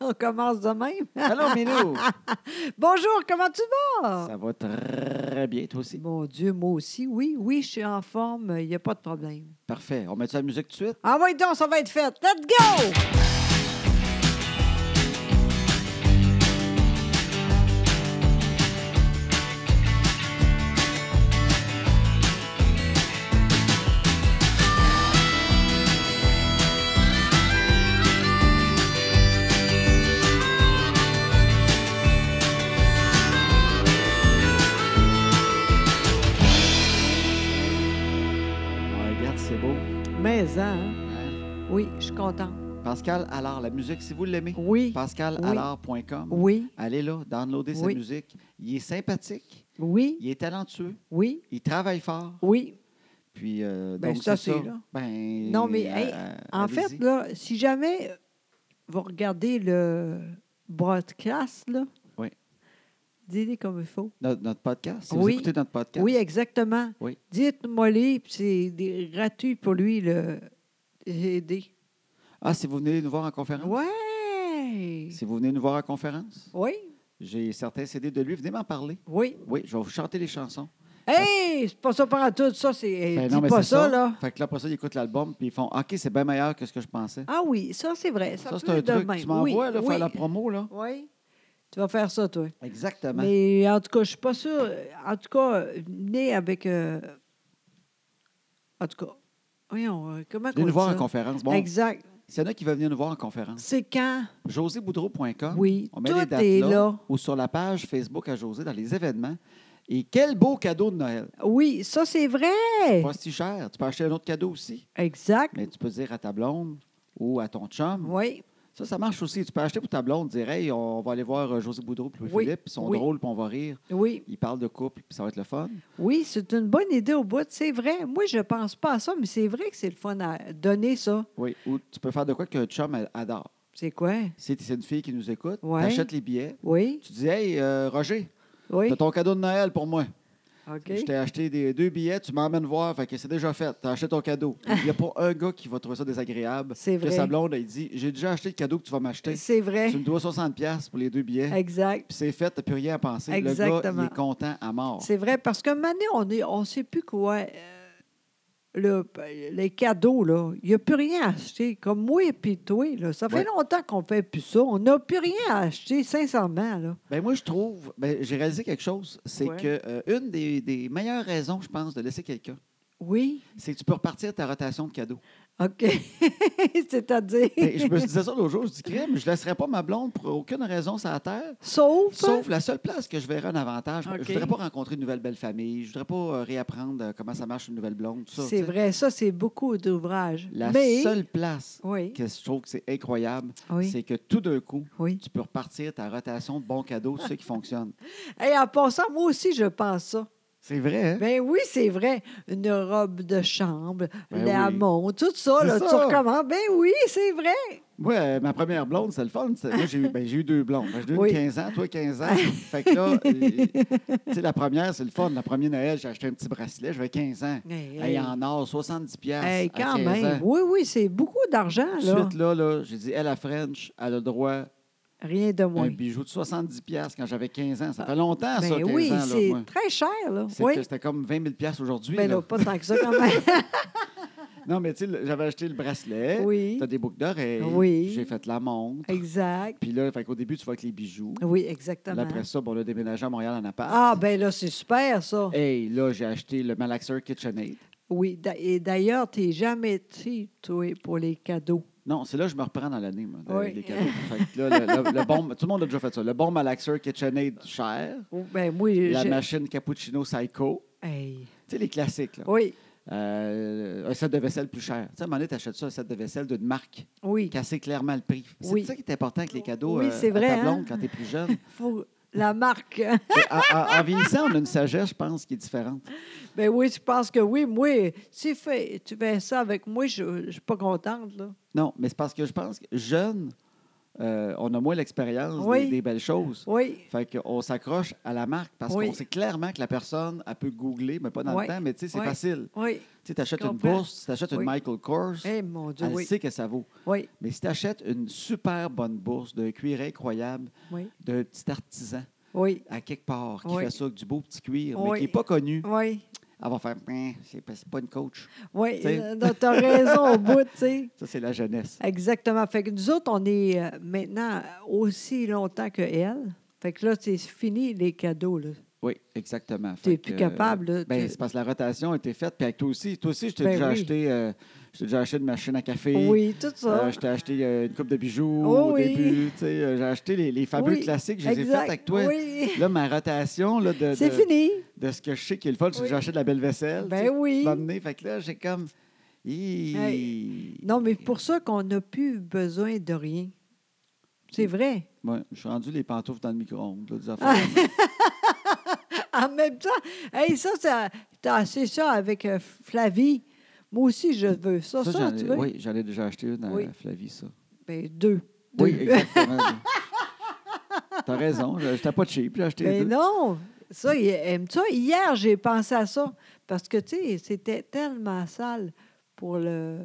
On commence de même. Allô, Minou! Bonjour, comment tu vas? Ça va très bien, toi aussi. Mon Dieu, moi aussi, oui, oui, je suis en forme, il n'y a pas de problème. Parfait. On met ça la musique tout de suite? Envoyez Ah donc, ça va être fait. Let's go! Ouais, regarde, c'est beau. Mais, hein? Hein? Oui, je suis contente. Pascal Allard, la musique, si vous l'aimez, Oui, pascalallard.com. oui, Allez là, downloadez sa Oui. musique. Il est sympathique, oui, il est talentueux, oui, il travaille fort. oui. Puis, euh, Ben, donc, ça, c'est c'est ça. là. Ben, Non, mais, hey, euh, En fait, allez-y. là, si jamais vous regardez le broadcast, là, Oui. dis-les comme il faut. notre, notre podcast, si Oui. vous écoutez notre podcast, Oui, exactement. Oui. Dites-moi les, puis c'est des- gratuit pour lui, le aider. ah, si vous venez nous voir en conférence, Ouais. si vous venez nous voir en conférence, Oui, j'ai certains CD de lui, venez m'en parler. oui. Oui, je vais vous chanter les chansons. Hey, c'est pas ça par tout, ça, c'est. hey, Ben dis non, mais pas c'est ça, là. Fait que là, après ça, ils écoutent l'album, puis ils font OK, c'est bien meilleur que ce que je pensais. Ah oui, ça, c'est vrai. Ça, Ça, c'est peut un être de truc. même. Tu m'envoies oui, là, oui. faire la promo, là. Oui. Tu vas faire ça, toi. Exactement. Mais en tout cas, je suis pas sûre. En tout cas, euh, venez avec. euh, En tout cas, voyons, euh, comment qu'on Venez nous dit voir en ça? conférence. Bon, Exact. s'il y en a qui veulent venir nous voir en conférence, C'est quand? joséboudreau.com. Oui, On met les tout dates est là, là. ou sur la page Facebook à José dans les événements. Et quel beau cadeau de Noël. Oui, ça, c'est vrai. Pas si cher. Tu peux acheter un autre cadeau aussi. Exact. Mais tu peux dire à ta blonde ou à ton chum. Oui, Ça, ça marche aussi. Tu peux acheter pour ta blonde, dire Hey, on va aller voir euh, José Boudreau puis Oui, Philippe, ils sont oui. drôles, puis on va rire. oui, Ils parlent de couple, puis ça va être le fun. oui, c'est une bonne idée au bout. C'est vrai. Moi, je pense pas à ça, mais c'est vrai que c'est le fun à donner, ça. Oui, ou tu peux faire de quoi qu'un chum elle adore. C'est quoi? Si c'est une fille qui nous écoute, Ouais. t'achètes les billets. Oui, Tu dis, hey, euh, Roger, oui. t'as ton cadeau de Noël pour moi. OK. Je t'ai acheté des, deux billets, tu m'emmènes voir, fait que c'est déjà fait. T'as acheté ton cadeau. Il n'y a pas un gars qui va trouver ça désagréable. Ah. C'est Que vrai. sa blonde, elle dit, j'ai déjà acheté le cadeau que tu vas m'acheter. C'est vrai. Tu me dois 60$ pour les deux billets. Exact. Puis c'est fait, t'as plus rien à penser. Le gars, Exactement. il est content à mort. C'est vrai, parce que maintenant, on est, on sait plus quoi. euh, le- les cadeaux, là, il n'y a plus rien à acheter. Comme moi et puis toi, là, ça fait Ouais. longtemps qu'on ne fait plus ça. On n'a plus rien à acheter, sincèrement. Là. Ben moi, je trouve, ben, j'ai réalisé quelque chose, c'est Ouais. que euh, une des, des meilleures raisons, je pense, de laisser quelqu'un, Oui, c'est que tu peux repartir ta rotation de cadeaux. OK. C'est-à-dire, Ben, je me disais ça l'autre jour, je dis crime, je ne laisserai pas ma blonde pour aucune raison sur la terre. sauf, Sauf la seule place que je verrais un avantage, je OK. voudrais pas rencontrer une nouvelle belle famille, je voudrais pas euh, réapprendre euh, comment ça marche une nouvelle blonde, tout ça. tu c'est sais. vrai, ça, c'est beaucoup d'ouvrages. La Mais, seule place oui, que je trouve que c'est incroyable, oui, c'est que tout d'un coup, oui. tu peux repartir ta rotation de bons cadeaux, ceux qui fonctionnent. Et en passant, moi aussi, je pense ça. C'est vrai, hein? Ben oui, c'est vrai. Une robe de chambre, Ben la oui. montre, tout ça, C'est là, tu ça. recommences. Ben oui, c'est vrai. Moi, euh, ma première blonde, c'est le fun. c'est- Moi, j'ai eu, ben, j'ai eu deux blondes. Ben, j'ai eu une Oui. 15 ans, toi 15 ans. fait que là, euh, tu sais, la première, c'est le fun. La première Noël, j'ai acheté un petit bracelet, j'avais 15 ans. Hey, Hey, hey. en or, 70 pièces Hey, à quand 15 même. ans. Oui, oui, c'est beaucoup d'argent, Tout de là. suite, là, là j'ai dit, elle, la French, elle a le droit Rien de à moins. un bijou de 70 pièces quand j'avais 15 ans. Ça fait longtemps, ça, Ben 15 oui, ans. Là, c'est moi. très cher, là. C'est Oui. que C'était comme 20 000 pièces aujourd'hui. Mais là. là, pas tant que ça, quand même. Non, mais tu sais, le- j'avais acheté le bracelet. oui. T'as des boucles d'oreilles. Oui. J'ai fait la montre. Exact. Puis là, fait qu'au début, tu vas avec les bijoux. Oui, Là, exactement. après ça, bon, on a déménagé à Montréal en appart. Ah, ben là, c'est super, ça. Hey, là, j'ai acheté le Malaxer KitchenAid. Oui. d'a- Et d'ailleurs, t'es jamais tri, toi, pour les cadeaux. Non, c'est là que je me reprends dans l'année, moi, de- Oui. des cadeaux. Fait que là, le, le- le bon, tout le monde a déjà fait ça. Le bon Malaxer KitchenAid cher. Oh, Ben moi, La je- machine Cappuccino Psycho. Hey. Tu sais, les classiques, là. Oui, Euh, un set de vaisselle plus cher. Tu sais, à un moment donné, tu achètes ça, un set de vaisselle d'une marque oui. qui a assez clairement le prix. C'est Oui. ça qui est important avec les cadeaux Oui, euh, c'est à vrai, ta blonde hein? quand tu es plus jeune. Faut la marque. hein. en, en- en vieillissant, on a une sagesse, je pense, qui est différente. Ben oui, je pense que oui. Moi, si fait- tu fais ça avec moi, je ne suis pas contente, là. Non, mais c'est parce que je pense que jeune, euh, on a moins l'expérience Oui. des, des belles choses. Oui. Fait qu'on s'accroche à la marque parce Oui. qu'on sait clairement que la personne, elle peut googler, mais pas dans Oui. le temps, mais tu sais, c'est Oui. facile. Oui. Tu achètes Je une comprends. bourse, tu achètes Oui. une Michael Kors, Eh mon Dieu, elle oui. sait que ça vaut. Oui. Mais si tu achètes une super bonne bourse d'un cuir incroyable, Oui. d'un petit artisan Oui. à quelque part qui Oui. fait ça avec du beau petit cuir, mais Oui. qui n'est pas connu, Oui. elle va faire Hein, c'est pas c'est pas une coach. Oui. Tu sais. euh, non, T'as raison au bout, tu sais. Ça, c'est la jeunesse. Exactement. Fait que nous autres, on est euh, maintenant aussi longtemps que elle. Fait que là, c'est fini les cadeaux. Là. Oui, exactement. T'es Fait plus que, capable, là, ben, tu- c'est parce que la rotation a été faite. Puis avec toi aussi, toi aussi, je t'ai Ben déjà oui. acheté. euh, je t'ai déjà acheté une machine à café. Oui, tout ça. Euh, je t'ai acheté euh, une coupe de bijoux Oh au oui. début. tu sais, euh, J'ai acheté les, les fameux Oui, classiques. Je les ai faites exact. avec toi. Oui. Là, ma rotation là, de, C'est de- fini. de ce que je sais qui est le fun, c'est Oui. que j'achète de la belle vaisselle. Ben oui. M'amener. Fait que là, j'ai comme. Hi. Hey. Non, mais pour ça qu'on n'a plus besoin de rien. C'est Mm. vrai. Ouais, je suis rendu les pantoufles dans le micro-ondes. Ah, là, des affaires. En même temps, hey, ça, ça t'as- c'est ça avec euh, Flavie. Moi aussi, je veux ça. Ça, Ça, j'en ai- tu veux? oui, j'en ai déjà acheté une à Oui. Flavie, ça. Ben, deux. Oui, Deux. exactement. T'as raison, je- j'étais pas cheap, j'ai acheté Mais deux. Ben non, ça, il aime ça. Hier, j'ai pensé à ça. Parce que, tu sais, c'était tellement sale pour le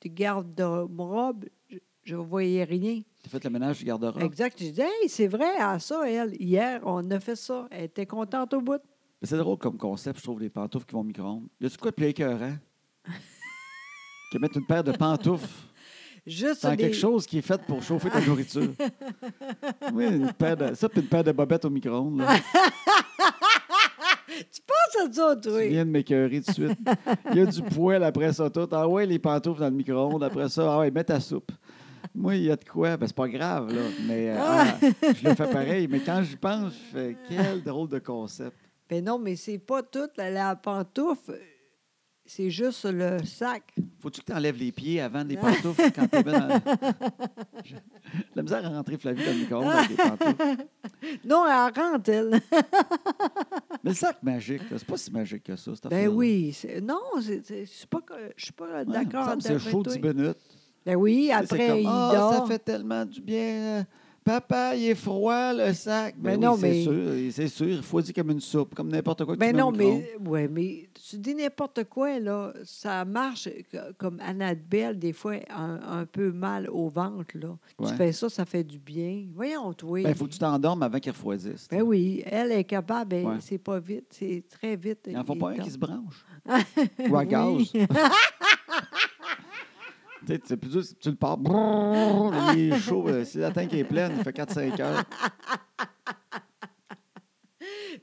du garde-robe, je- je ne voyais rien. T'as fait le ménage du garde-robe. Exact. J'ai dit, hey, c'est vrai, à ça, elle. Hier, on a fait ça. Elle était contente au bout. Mais C'est drôle comme concept, je trouve, les pantoufles qui vont au micro-ondes. Y a-tu quoi de plus écœurant? que mettre une paire de pantoufles Juste dans des- quelque chose qui est fait pour chauffer ta nourriture. Oui, une paire de... ça, puis une paire de bobettes au micro-ondes. là. Tu penses à ça, Tu toi? viens de m'écœurer tout de suite. Il y a du poêle après ça tout. Ah ouais, les pantoufles dans le micro-ondes. Après ça, ah ouais, mets ta soupe. Moi, il y a de quoi. Ben, c'est pas grave, là. Mais euh, ah, je le fais pareil. Mais quand j'y pense, je fais quel drôle de concept. Ben non, mais c'est pas toute la, la pantoufle. C'est juste le sac. Faut-tu que tu enlèves les pieds avant les pantoufles quand tu mets dans. Je- La misère à rentrer Flavie dans le micro-ondes avec les pantoufles. Non, elle rentre, elle. Ah, Mais le sac magique, là, c'est pas si magique que ça. cette Ben affaire-là. oui. c'est- Non, c'est- c'est- je suis pas, que- je suis pas Ouais, d'accord. il me semble que C'est d'après chaud toi. 10 minutes. Ben oui, Tu sais, c'est après, comme, il Ah, dort. ça fait tellement du bien. euh, Papa, il est froid, le sac. Mais Ben non, oui, mais- c'est sûr, il- c'est sûr. Il faut dire comme une soupe, comme n'importe quoi que tu Ben mets au non, micro-ondes. mais, ouais, mais tu dis n'importe quoi, là. Ça marche euh, comme Annabelle, des fois, un, un peu mal au ventre, là. Tu Ouais. fais ça, ça fait du bien. Voyons, toi. Ben, il faut que tu t'endormes avant qu'il refroidisse. Ben oui, elle est capable, elle- Ouais. c'est pas vite, c'est très vite. Il n'en faut il pas un dort. qui se branche. Ou à gaz. Oui. Tu sais, c'est plus dur, si tu le pars. brrr, il est chaud. euh, Si la tank est pleine, il fait 4-5 heures.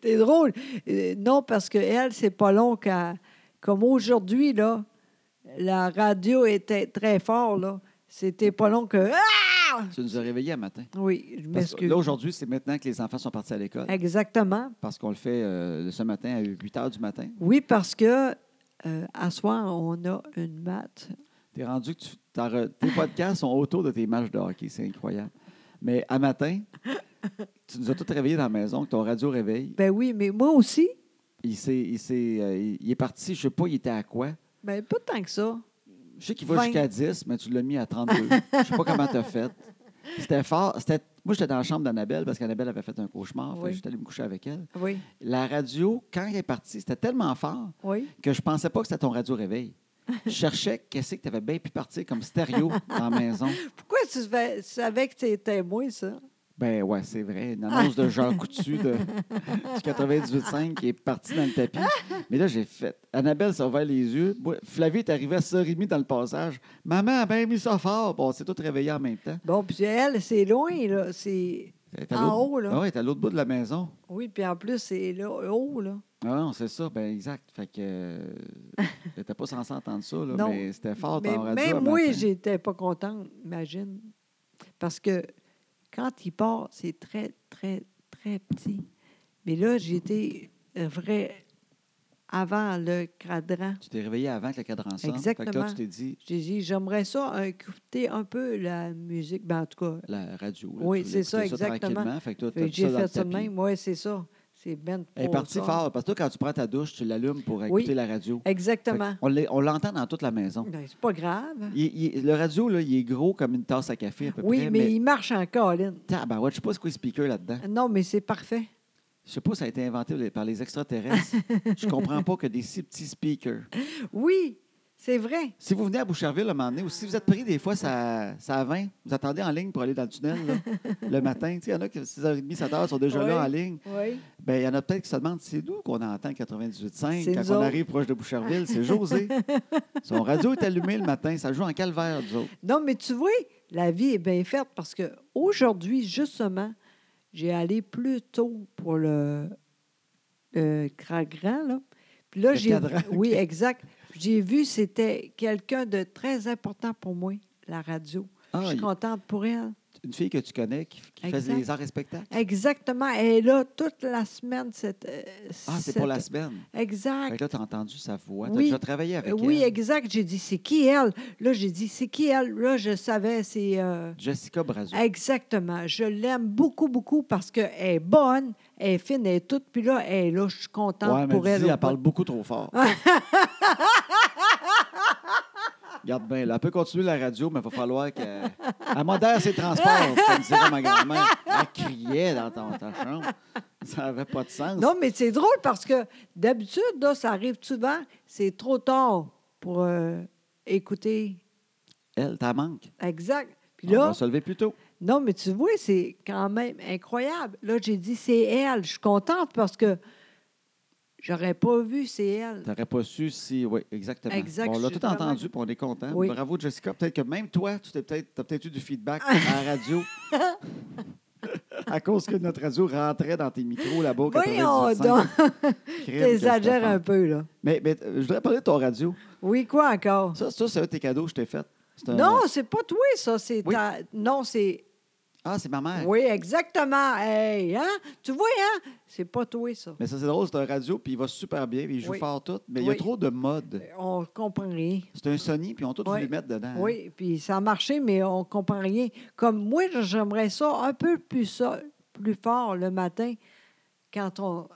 C'est drôle. Euh, non, parce que elle, c'est pas long qu'à. Comme aujourd'hui, là, la radio était très fort, là. C'était pas long que. Ah! Tu nous as réveillés à matin. Oui, je Parce que m'excuse. là, aujourd'hui, c'est maintenant que les enfants sont partis à l'école. Exactement. Parce qu'on le fait euh, ce matin à 8 heures du matin. Oui, parce que euh, à soir, on a une mat. T'es rendu que tu- t'as re- tes podcasts sont autour de tes matchs de hockey, c'est incroyable. Mais à matin, tu nous as tous réveillés dans la maison, avec ton radio réveil. Ben oui, mais moi aussi, Il, s'est- il, s'est, euh, il- il est parti, je sais pas, il était à quoi. ben pas tant que ça. Je sais qu'il va Vingt. jusqu'à 10, mais tu l'as mis à 32. je sais pas comment t'as fait. C'était fort. C'était, moi, j'étais dans la chambre d'Annabelle parce qu'Annabelle avait fait un cauchemar. Fait que Oui. J'étais allé me coucher avec elle. Oui, La radio, quand elle est partie, c'était tellement fort oui. que je pensais pas que c'était ton radio réveil. Je cherchais qu'est-ce que tu avais bien pu partir comme stéréo dans la maison. Pourquoi tu savais- savais que c'était moi, ça? Ben ouais, c'est vrai. Ah. Une annonce de Jean Coutu de, du 98.5 qui est partie dans le tapis. Mais là, j'ai fait. Annabelle s'est ouvert les yeux. Moi, Flavie est arrivée à Sorimi dans le passage. Maman a bien mis ça fort. Bon, on s'est tous réveillés en même temps. Bon, puis elle, c'est loin, là. C'est. Elle est à En l'autre- haut, là. Ah ouais, elle est à l'autre bout de la maison. Oui, puis en plus, c'est là, haut, là. Ah non, c'est ça. Ben exact. Fait que. euh, elle était pas censée entendre ça, là, Non. mais c'était fort Mais ton radio. à même moi, matin. j'étais pas contente, imagine. Parce que quand il part, c'est très, très, très petit. Mais là, j'étais vrai avant le cadran. Tu t'es réveillé avant que le cadran sonne. Fait que là, Exactement. tu t'es dit J'ai dit, j'aimerais ça écouter un peu la musique. Ben, en tout cas, la radio. là, Oui, tu voulais c'est ça, écouter exactement. tranquillement. Fait que toi, fait t'as que mis j'ai dans le fait ça de tapis. même. Oui, c'est ça. C'est- C'est ben Elle est trop partie fort. fort, parce que toi, quand tu prends ta douche, tu l'allumes pour écouter la radio. Fait Exactement. qu'on l'est- On l'entend dans toute la maison. Ben, c'est pas grave. Il- il- le radio, là, il est gros comme une tasse à café à peu Oui, près. mais, il marche encore, Lynn. Tabarouette, je sais pas ce qu'est le speaker là-dedans. Non, mais c'est parfait. Je sais pas, ça a été inventé les- par les extraterrestres. je comprends pas que des si petits speakers. Oui, c'est vrai. Si vous venez à Boucherville un moment donné, ou si vous êtes pris des fois, ça, ça à 20, vous attendez en ligne pour aller dans le tunnel là, le matin. Tu sais, Il y en a qui, 6h30, 7h, sont déjà là Oui. en ligne. Oui. Ben, il y en a peut-être qui se demandent c'est d'où qu'on entend 98.5 C'est quand nous on autres. arrive proche de Boucherville. C'est José. Son radio est allumé le matin. Ça joue en calvaire, du autres. Non, mais tu vois, la vie est bien faite parce que aujourd'hui, justement, j'ai allé plus tôt pour le, le grand, là. Puis là, Le j'ai cadran, oui, exact. J'ai vu c'était quelqu'un de très important pour moi, la radio. Ah, Je suis il- contente pour elle. une fille que tu connais qui, qui fait Exact. les arts et spectacles. Exactement. Elle est là toute la semaine. Cette, euh, Ah, c'est cette- pour la semaine. Fait Exact. que là, tu as entendu sa voix. Tu as Oui. déjà travaillé avec Euh, oui, elle. exact. J'ai dit, c'est qui elle? Là, j'ai dit, c'est qui elle? Là, je savais, c'est... euh, Jessica Brazo. Exactement. Je l'aime beaucoup, beaucoup parce qu'elle est bonne, elle est fine, elle est toute. Puis là, elle est là, je suis contente Ouais, mais pour elle. dis, au elle parle bout. beaucoup trop fort. Regarde bien, là, elle peut continuer la radio, mais il va falloir qu'elle elle modère ses transports, comme dirait ma grand-mère. Elle criait dans ton- ta chambre. Ça n'avait pas de sens. Non, mais c'est drôle parce que d'habitude, là, ça arrive souvent, c'est trop tard pour euh, écouter. Elle, t'en manque. Exact. Puis On là, va se lever plus tôt. non, mais tu vois, c'est quand même incroyable. Là, j'ai dit, c'est elle. Je suis contente parce que j'aurais pas vu, c'est elle. T'aurais pas su si. Oui, exactement. Exact, Bon, on l'a je suis tout entendu, puis on est content. Oui. Bravo, Jessica. Peut-être que même toi, tu t'es peut-être, as peut-être eu du feedback à la radio. à cause que notre radio rentrait dans tes micros là-bas. au Voyons 98.5. donc, Crime que t'exagères Stéphane. un peu, là. Mais, mais, euh, je voudrais parler de ton radio. Oui, quoi encore? Ça, ça, c'est un de tes cadeaux que je t'ai fait. C'est un- Non, c'est pas toi, ça. C'est Oui. ta- Non, c'est. Ah, c'est ma mère. Oui, exactement. Hey, hein? Tu vois, hein? C'est pas toi, ça. Mais ça, c'est drôle, c'est un radio, puis il va super bien, puis il joue Oui. fort tout. Mais il y a Oui. trop de mode. On comprend rien. C'est un Sony, puis on tout Oui. voulu mettre dedans. hein. Oui, puis ça a marché, mais on comprend rien. Comme moi, j'aimerais ça un peu plus, ça, plus fort le matin quand on.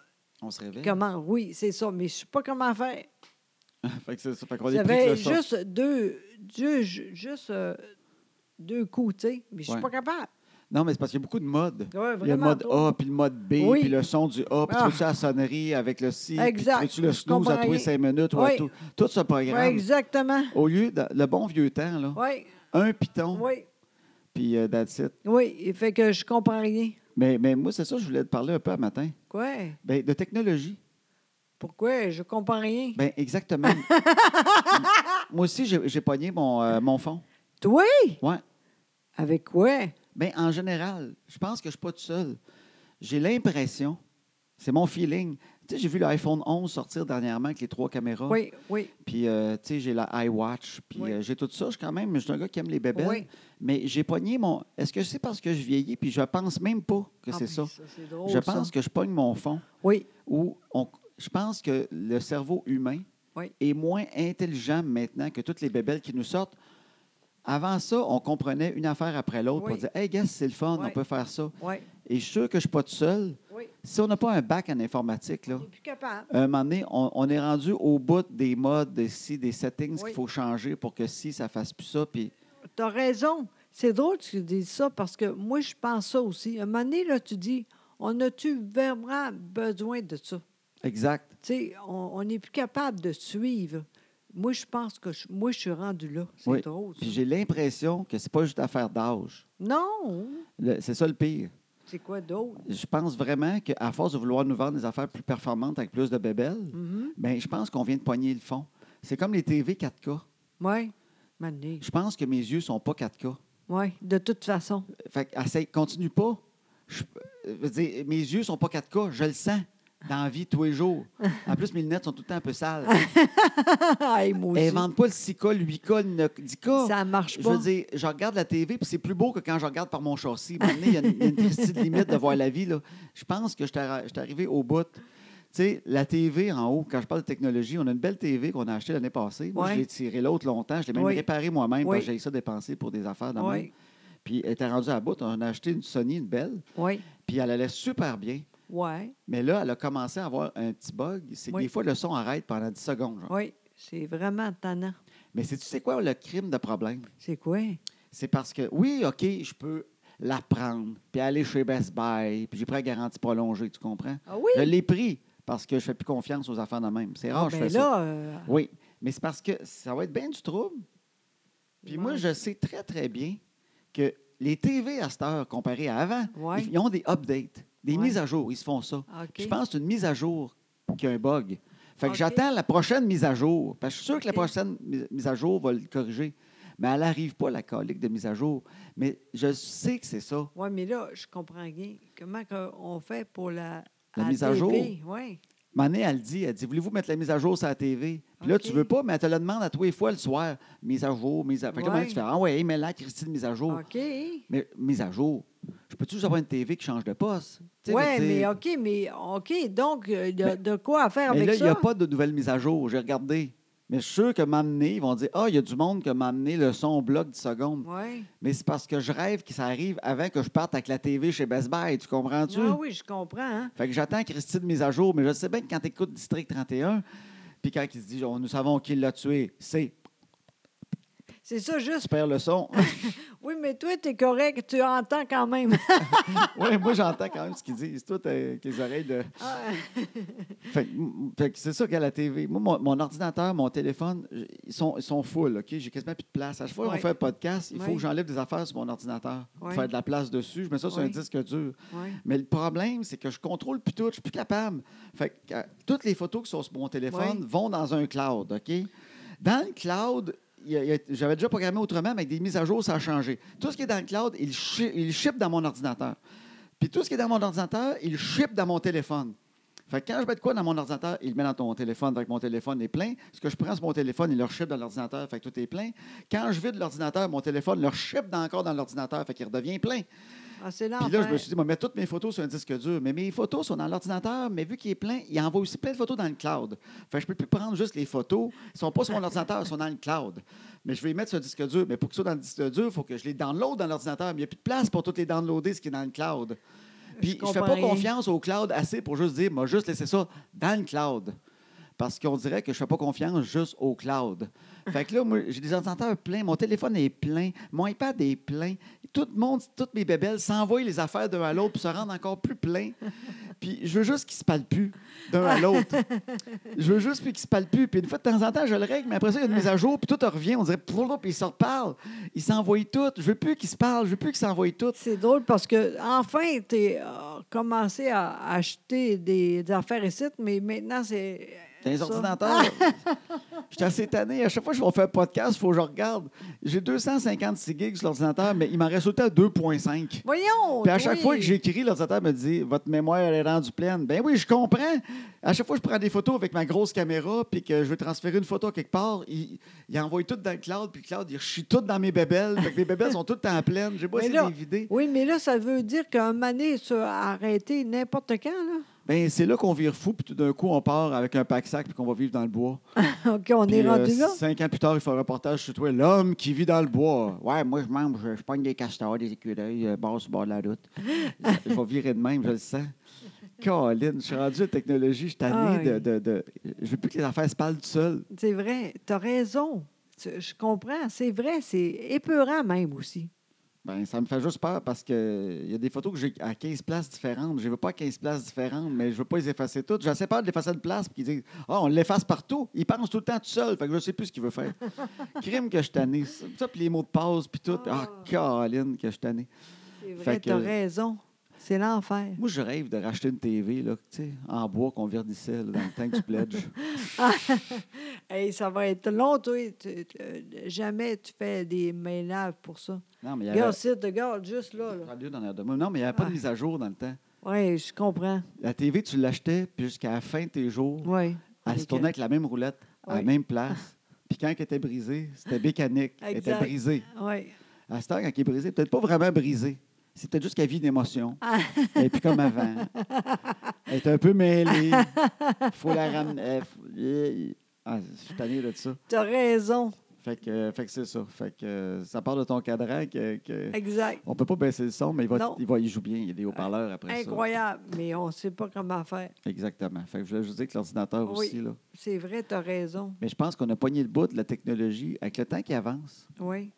On se réveille. Comment? Oui, c'est ça, mais je sais pas comment faire. fait que c'est ça. Fait qu'on est pris avec J'avais le son. juste deux, deux, ju- juste euh, deux coups, tu sais, mais je suis Ouais. pas capable. Non, mais c'est parce qu'il y a beaucoup de modes. Ouais, Il y a le vraiment mode trop. A, puis le mode B, Oui. puis le son du A, puis Ah. tu veux-tu la sonnerie avec le si, puis tu Exact. veux-tu le Je snooze à comprends tous les rien. cinq minutes, ou à Oui. tout, tout ce Ouais, programme. exactement. Au lieu, de, le bon vieux temps, là, Oui, un piton, oui. puis euh, that's it. Oui, il fait que je comprends rien. Mais, mais moi, c'est ça, je voulais te parler un peu à matin. Quoi? Ben, de technologie. Pourquoi? Je comprends rien. Ben, exactement. moi aussi, j'ai j'ai pogné mon, euh, mon fond. Toi? Ouais. Avec quoi? Ben, en général, je pense que je ne suis pas tout seul. J'ai l'impression, c'est mon feeling. Tu sais, j'ai vu l'iPhone 11 sortir dernièrement avec les trois caméras. Oui, oui, Puis, euh, tu sais, j'ai la iWatch. Puis, Oui. euh, j'ai tout ça. Je suis quand même, je suis un gars qui aime les bébés. oui. Mais j'ai pogné mon. Est-ce que c'est parce que je vieillis? Puis, je pense même pas que Ah, c'est ben, ça. c'est drôle, Je pense ça. que je pogne mon fond. Oui, où on- je pense que le cerveau humain Oui. est moins intelligent maintenant que toutes les bébelles qui nous sortent. Avant ça, on comprenait une affaire après l'autre pour Oui. dire Hey, gars, c'est le fun, on Oui. peut faire ça. oui, Et je suis sûr que je ne suis pas tout seul. oui. Si on n'a pas un bac en informatique, là, Je suis plus capable. à un moment donné, on, on est rendu au bout des modes, des si, des settings Oui. qu'il faut changer pour que si, ça fasse plus ça. Puis T'as raison. C'est drôle que tu dises ça parce que moi, je pense ça aussi. À un moment donné, là, tu dis, on a-tu vraiment besoin de ça? exact. Tu sais, on on n'est plus capable de suivre. Moi, je pense que je- moi, je suis rendu là. C'est Oui. drôle. ça. Puis j'ai l'impression que c'est pas juste affaire d'âge. Non! Le- C'est ça le pire. C'est quoi d'autre? Je pense vraiment qu'à force de vouloir nous vendre des affaires plus performantes avec plus de bébelles, Mhm. ben, je pense qu'on vient de poigner le fond. C'est comme les TV 4K. Oui. Mané. Je pense que mes yeux sont pas 4K. Oui, de toute façon. Fait que, essaye, continue pas. Je, euh, veux dire, mes yeux sont pas 4K, je le sens dans la vie tous les jours. En plus, mes lunettes sont tout le temps un peu sales. Hey, moi aussi. Elles vendent pas le 6K, le 8K, le 9K, 10K. Ça marche Je pas. veux dire, je regarde la TV, puis c'est plus beau que quand je regarde par mon châssis. À un moment donné, Il y a une, il y a une petite limite de voir la vie. Là. Je pense que je suis arri- je suis arrivé au bout. Tu sais, la TV en haut, quand je parle de technologie, on a une belle TV qu'on a achetée l'année passée. Moi, Ouais. je l'ai tirée l'autre longtemps. Je l'ai même Oui. réparée moi-même Oui. parce que j'ai ça dépensé pour des affaires de même. oui, Puis elle était rendue à bout. On a acheté une Sony, une belle, oui, puis elle allait super bien. Ouais. Mais là, elle a commencé à avoir un petit bug. C'est que Oui. des fois, le son arrête pendant 10 secondes. genre. Oui, c'est vraiment tannant. Mais c'est tu sais quoi le crime de problème? C'est quoi? C'est parce que, oui, OK, je peux la prendre, puis aller chez Best Buy, puis j'ai pris la garantie prolongée, tu comprends? Ah oui? Je l'ai pris parce que je fais plus confiance aux affaires de même. C'est rare, Ah, je ben fais ça. là, euh, Oui, mais c'est parce que ça va être bien du trouble. Puis moi, Ouais. je sais très, très bien que les TV à cette heure, comparé à avant, Ouais. ils, ils ont des updates, des Ouais. mises à jour. Ils se font ça. OK. Puis Je pense que c'est une mise à jour qui a un bug. Fait que OK. j'attends la prochaine mise à jour. Parce que je suis sûr que la OK. prochaine mi- mise à jour va le corriger. Mais elle n'arrive pas, la colique de mise à jour. Mais je sais que c'est ça. Oui, mais là, je comprends rien. Comment que- on fait pour la, La mise à jour? Oui. Mané, elle dit, elle dit, voulez-vous mettre la mise à jour sur la TV? Puis là, OK. tu veux pas, mais elle te le demande à tous les fois le soir. Mise à jour, mise à jour. Fait que là, Ouais. maintenant, tu fais, ah ouais, mais là, Christine, mise à jour. OK. Mais mise à jour, je peux toujours avoir une TV qui change de poste. Tu sais, Oui, je veux mais dire, OK, mais OK. Donc, euh, il y a Mais- de quoi à faire mais avec là, il ça? n'y a pas de nouvelle mise à jour. J'ai regardé. Mais je suis sûr que m'amener, ils vont dire Ah, il y a du monde qui m'a amené le son au bloc 10 secondes. Oui. Mais c'est parce que je rêve que ça arrive avant que je parte avec la TV chez Best Buy. Tu comprends-tu? Ah oui, je comprends. hein. Fait que j'attends Christine mise à jour, mais je sais bien que quand tu écoutes District 31, puis quand ils se disent on, Nous savons qui l'a tué, c'est C'est ça, juste. tu perds le son. Oui, mais toi, tu es correct. Tu entends quand même. oui, moi, j'entends quand même ce qu'ils disent. Toi, t'as- avec les oreilles de. Ah, Fait, que- m- fait que c'est ça qu'à la TV. Moi, mon, mon ordinateur, mon téléphone, j- ils sont, ils sont full, OK? J'ai quasiment plus de place. À chaque fois qu'on Ouais. fait un podcast, il faut Ouais. que j'enlève des affaires sur mon ordinateur pour Ouais. faire de la place dessus. Je mets ça sur un Ouais. disque dur. ouais. Mais le problème, c'est que je contrôle plus tout. Je suis plus capable. Fait que euh, toutes les photos qui sont sur mon téléphone Ouais. vont dans un cloud, OK? Dans le cloud, il y a- il y a- j'avais déjà programmé autrement, mais avec des mises à jour, ça a changé. Tout ce qui est dans le cloud, il, shi- il ship dans mon ordinateur. Puis tout ce qui est dans mon ordinateur, il ship dans mon téléphone. Fait que quand je mets de quoi dans mon ordinateur, il le met dans ton téléphone. Fait que mon téléphone est plein. Ce que je prends sur mon téléphone, il le ship dans l'ordinateur. Fait que tout est plein. Quand je vide l'ordinateur, mon téléphone le ship dans- encore dans l'ordinateur. Fait qu'il redevient plein. Ah, c'est Puis là, je me l'enfer. suis dit, je vais mettre toutes mes photos sur un disque dur. Mais mes photos sont dans l'ordinateur, mais vu qu'il est plein, il envoie aussi plein de photos dans le cloud. Fait que je peux plus prendre juste les photos. Ils ne sont pas sur mon ordinateur, ils sont dans le cloud. Mais je vais les mettre sur un disque dur. Mais pour que ce soit dans le disque dur, il faut que je les download dans l'ordinateur. Mais il n'y a plus de place pour toutes les downloader, ce qui est dans le cloud. Puis je ne fais comprends pas rien. confiance au cloud assez pour juste dire, moi, juste laisser ça dans le cloud. Parce qu'on dirait que je ne fais pas confiance juste au cloud. Fait que là, moi, j'ai des ordinateurs pleins, mon téléphone est plein, mon iPad est plein. Tout le monde, toutes mes bébelles s'envoient les affaires d'un à l'autre pour se rendre encore plus plein. Puis je veux juste qu'ils se parlent plus d'un à l'autre. Je veux juste puis qu'ils se parlent plus. Puis une fois de temps en temps, je le règle, mais après ça, il y a une mise à jour, puis tout revient. On dirait, Pfff puis ils se reparlent. Ils s'envoient toutes. Je veux plus qu'ils se parlent, je veux plus qu'ils s'envoient toutes. C'est drôle parce que enfin, tu as commencé à acheter des, des affaires ici, mais maintenant, c'est. euh, Dans les ça. Ah, ordinateurs. J'étais assez tanné. À chaque fois que je vais faire un podcast, il faut que je regarde. J'ai 256 gigs sur l'ordinateur, mais il m'en reste autant 2.5. Voyons! Puis à chaque toi. fois que j'écris, l'ordinateur me dit Votre mémoire est rendue pleine. Ben oui, je comprends. À chaque fois que je prends des photos avec ma grosse caméra puis que je veux transférer une photo à quelque part, il, il envoie tout dans le cloud, puis le cloud, il chie tout dans mes bébelles. Fait que mes bébelles sont toutes en pleine. J'ai beau Mais essayer de là- les vider. Oui, mais là, ça veut dire qu'un mané se arrêter n'importe quand, là. Ben, c'est là qu'on vire fou, puis tout d'un coup, on part avec un pack-sac, puis qu'on va vivre dans le bois. OK, on est Puis, euh, rendu là. Cinq ans plus tard, il fait un reportage sur toi, l'homme qui vit dans le bois. Ouais, moi, je mange, je, je pogne des castors, des écureuils, euh, bord sur le bord de la route. je vais virer de même, je le sens. Colin, je suis rendu à la technologie, je suis tanné de, Aïe. de, de- Je veux plus que les affaires se parlent tout seul. C'est vrai, tu as raison. Tu- Je comprends, c'est vrai, c'est épeurant même aussi. Ben, ça me fait juste peur parce que il y a des photos que j'ai à 15 places différentes. Je veux pas à 15 places différentes, mais je veux pas les effacer toutes. J'ai assez peur de les effacer de place puis qu'ils disent Ah, on l'efface partout. Il pense tout le temps tout seul. Fait que je sais plus ce qu'il veut faire. Crime que je tanné. Ça, ça, puis les mots de passe, puis tout. Ah, Colin, que je tanné. C'est vrai, Fait tu as que- raison. C'est l'enfer. Moi, je rêve de racheter une TV, là, tu sais, en bois qu'on verdissait, là, dans le temps que tu pledges. Hey, ça va être long, toi. Tu- tu- euh, jamais tu fais des ménages pour ça. Non, mais il y avait. Regarde, c'est, regarde, juste là. là. Radio dans l'air de moi. Non, mais il n'y avait pas de Ah. mise à jour dans le temps. Oui, je comprends. La TV, tu l'achetais, puis jusqu'à la fin de tes jours, Oui. Elle se tournait avec la même roulette, à la Oui. même place. Puis quand elle était brisée, c'était mécanique. Elle était Exact. brisée. Oui. À cette heure, quand elle est brisée, peut-être pas vraiment brisée. C'est peut-être juste qu'elle vit une émotion. Ah. Elle n'est plus comme avant. Elle est un peu mêlée. euh, faut la ramener. elle- faut- Ah, je suis tanné de ça. Tu as raison. Fait que, euh, fait que c'est ça. Fait que euh, ça part de ton cadran que, que- Exact. on peut pas baisser le son, mais il va, Non. il va il joue bien, il y a des haut-parleurs après Incroyable, mais on ne sait pas comment faire. ça. Exactement. Fait que je voulais juste dire que l'ordinateur Oui. aussi là. C'est vrai, tu as raison. Mais je pense qu'on a pogné le bout de la technologie avec le temps qui avance. Oui.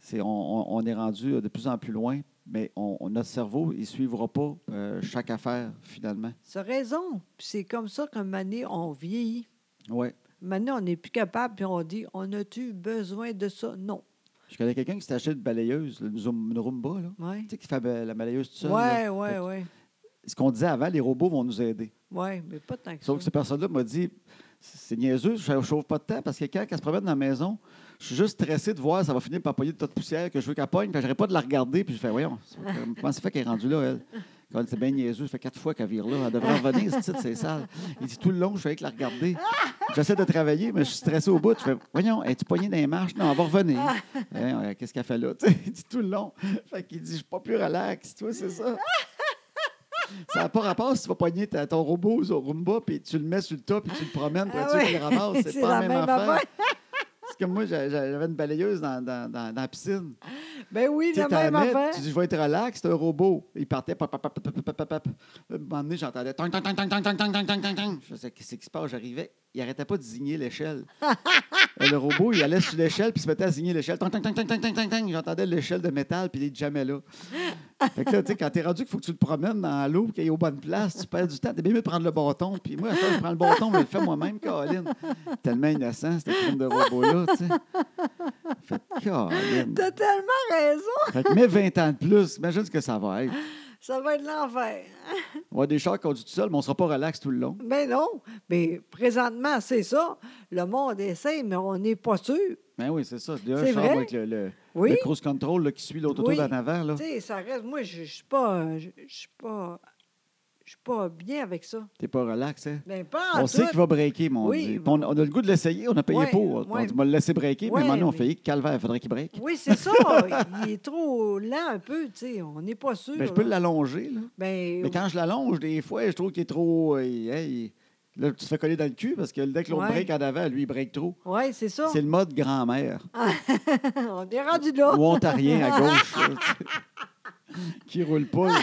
C'est on, on- on est rendu euh, de plus en plus loin, mais on, on- notre cerveau il suivra pas euh, chaque affaire finalement. Tu as raison. Puis c'est comme ça qu'à un moment donné, on vieillit. Ouais. Maintenant, on n'est plus capable, puis on dit On a-tu besoin de ça Non. Je connais quelqu'un qui s'est acheté une balayeuse, une, Zoom- une Roomba là. Oui. Tu sais qui fait euh, la balayeuse toute seule. Oui, là. oui, Fait que oui. Ce qu'on disait avant, les robots vont nous aider. Oui, mais pas tant que Sauf que ça. cette personne-là m'a dit c'est niaiseux, je ne chauffe pas de temps parce que quand elle se promène dans la maison, je suis juste stressé de voir, ça va finir par poigner de tas de poussière que je veux qu'elle pogne. Je n'arrête pas de la regarder, puis je fais voyons, c'est- comment ça fait qu'elle est rendue là, elle Quand c'est bien niaiseux, ça fait quatre fois qu'elle vire là, elle devrait revenir, ce titre, c'est sale. Il dit tout le long, je suis avec la regarder. J'essaie de travailler, mais je suis stressé au bout. Je fais voyons, es-tu poignée dans les marches Non, elle va revenir. Voyons, euh, Qu'est-ce qu'elle fait là Tu sais, Il dit tout le long. Fait qu'il dit je suis pas plus relax, toi, c'est ça. Ça n'a pas rapport si tu vas pogner ta- ton robot sur Roomba, puis tu le mets sur le tas, puis tu le promènes, puis Ah tu ouais. le ramasses. C'est C'est pas la la même, même affaire. affaire. C'est comme moi, j'a- j'a- j'avais une balayeuse dans, dans- dans- dans la piscine. Ben oui, Tu sais, la t'en même mets, affaire. Tu dis, je vais être relax, c'est un robot. Il partait, pop, pop, pop, pop, pop, pop, pop. À un moment donné, j'entendais tang, tang, tang, tang, tang, tang, tang, tang, tang, tang, tang. Je faisais, qu'est-ce qui se passe? J'arrivais, il arrêtait pas de zigner l'échelle. Et le robot, il allait sur l'échelle, puis il se mettait à zigner l'échelle. Tang, tang, tang, tang, tang, tang, tang, tang. J'entendais l'échelle de métal, puis il est jamais là. Fait que là, tu sais, quand t'es rendu qu'il faut que tu le promènes dans l'eau, qu'il est aux bonnes places, tu perds du temps. T'es bien mieux de prendre le bâton. Puis moi, à chaque fois, je prends le bâton, mais je le fais moi-même, Caroline. Tellement innocent, cette crime de robot-là, tu sais. Fait que, Caroline. Tu as tellement raison. Fait que mets 20 ans de plus, imagine ce que ça va être. Ça va être l'enfer. On va avoir des chars qui conduisent tout seuls, mais on ne sera pas relax tout le long. Mais Ben non. Mais présentement, c'est ça. Le monde essaie, mais on n'est pas sûr. Ben oui, c'est ça. Il y a un C'est char vrai? avec le, le- Oui. le cruise control là, qui suit l'autre Oui. autour d'en avant. Là. Tu sais, ça reste. Moi, je je suis pas. euh, Je je suis pas. Je suis pas bien avec ça. T'es pas relax, hein? Ben, pas en On sait tout. qu'il va breaker, mon Oui, Dieu. bon. Puis On, on a le goût de l'essayer, on a payé Ouais, pour. On ouais. dit, on va le laisser breaker, mais Ouais, maintenant, on mais- fait calvaire, il faudrait qu'il break. Oui, c'est ça. Il est trop lent un peu, tu sais. On n'est pas sûr. Ben, je peux là. l'allonger, là. Ben, Mais quand je l'allonge, des fois, je trouve qu'il est trop. euh, hey, là, tu te fais coller dans le cul parce que dès que l'autre Ouais. break en avant, lui, il break trop. Oui, c'est ça. C'est le mode grand-mère. on est rendu là. ou ontarien à gauche, là, tu sais, qui roule pas. là.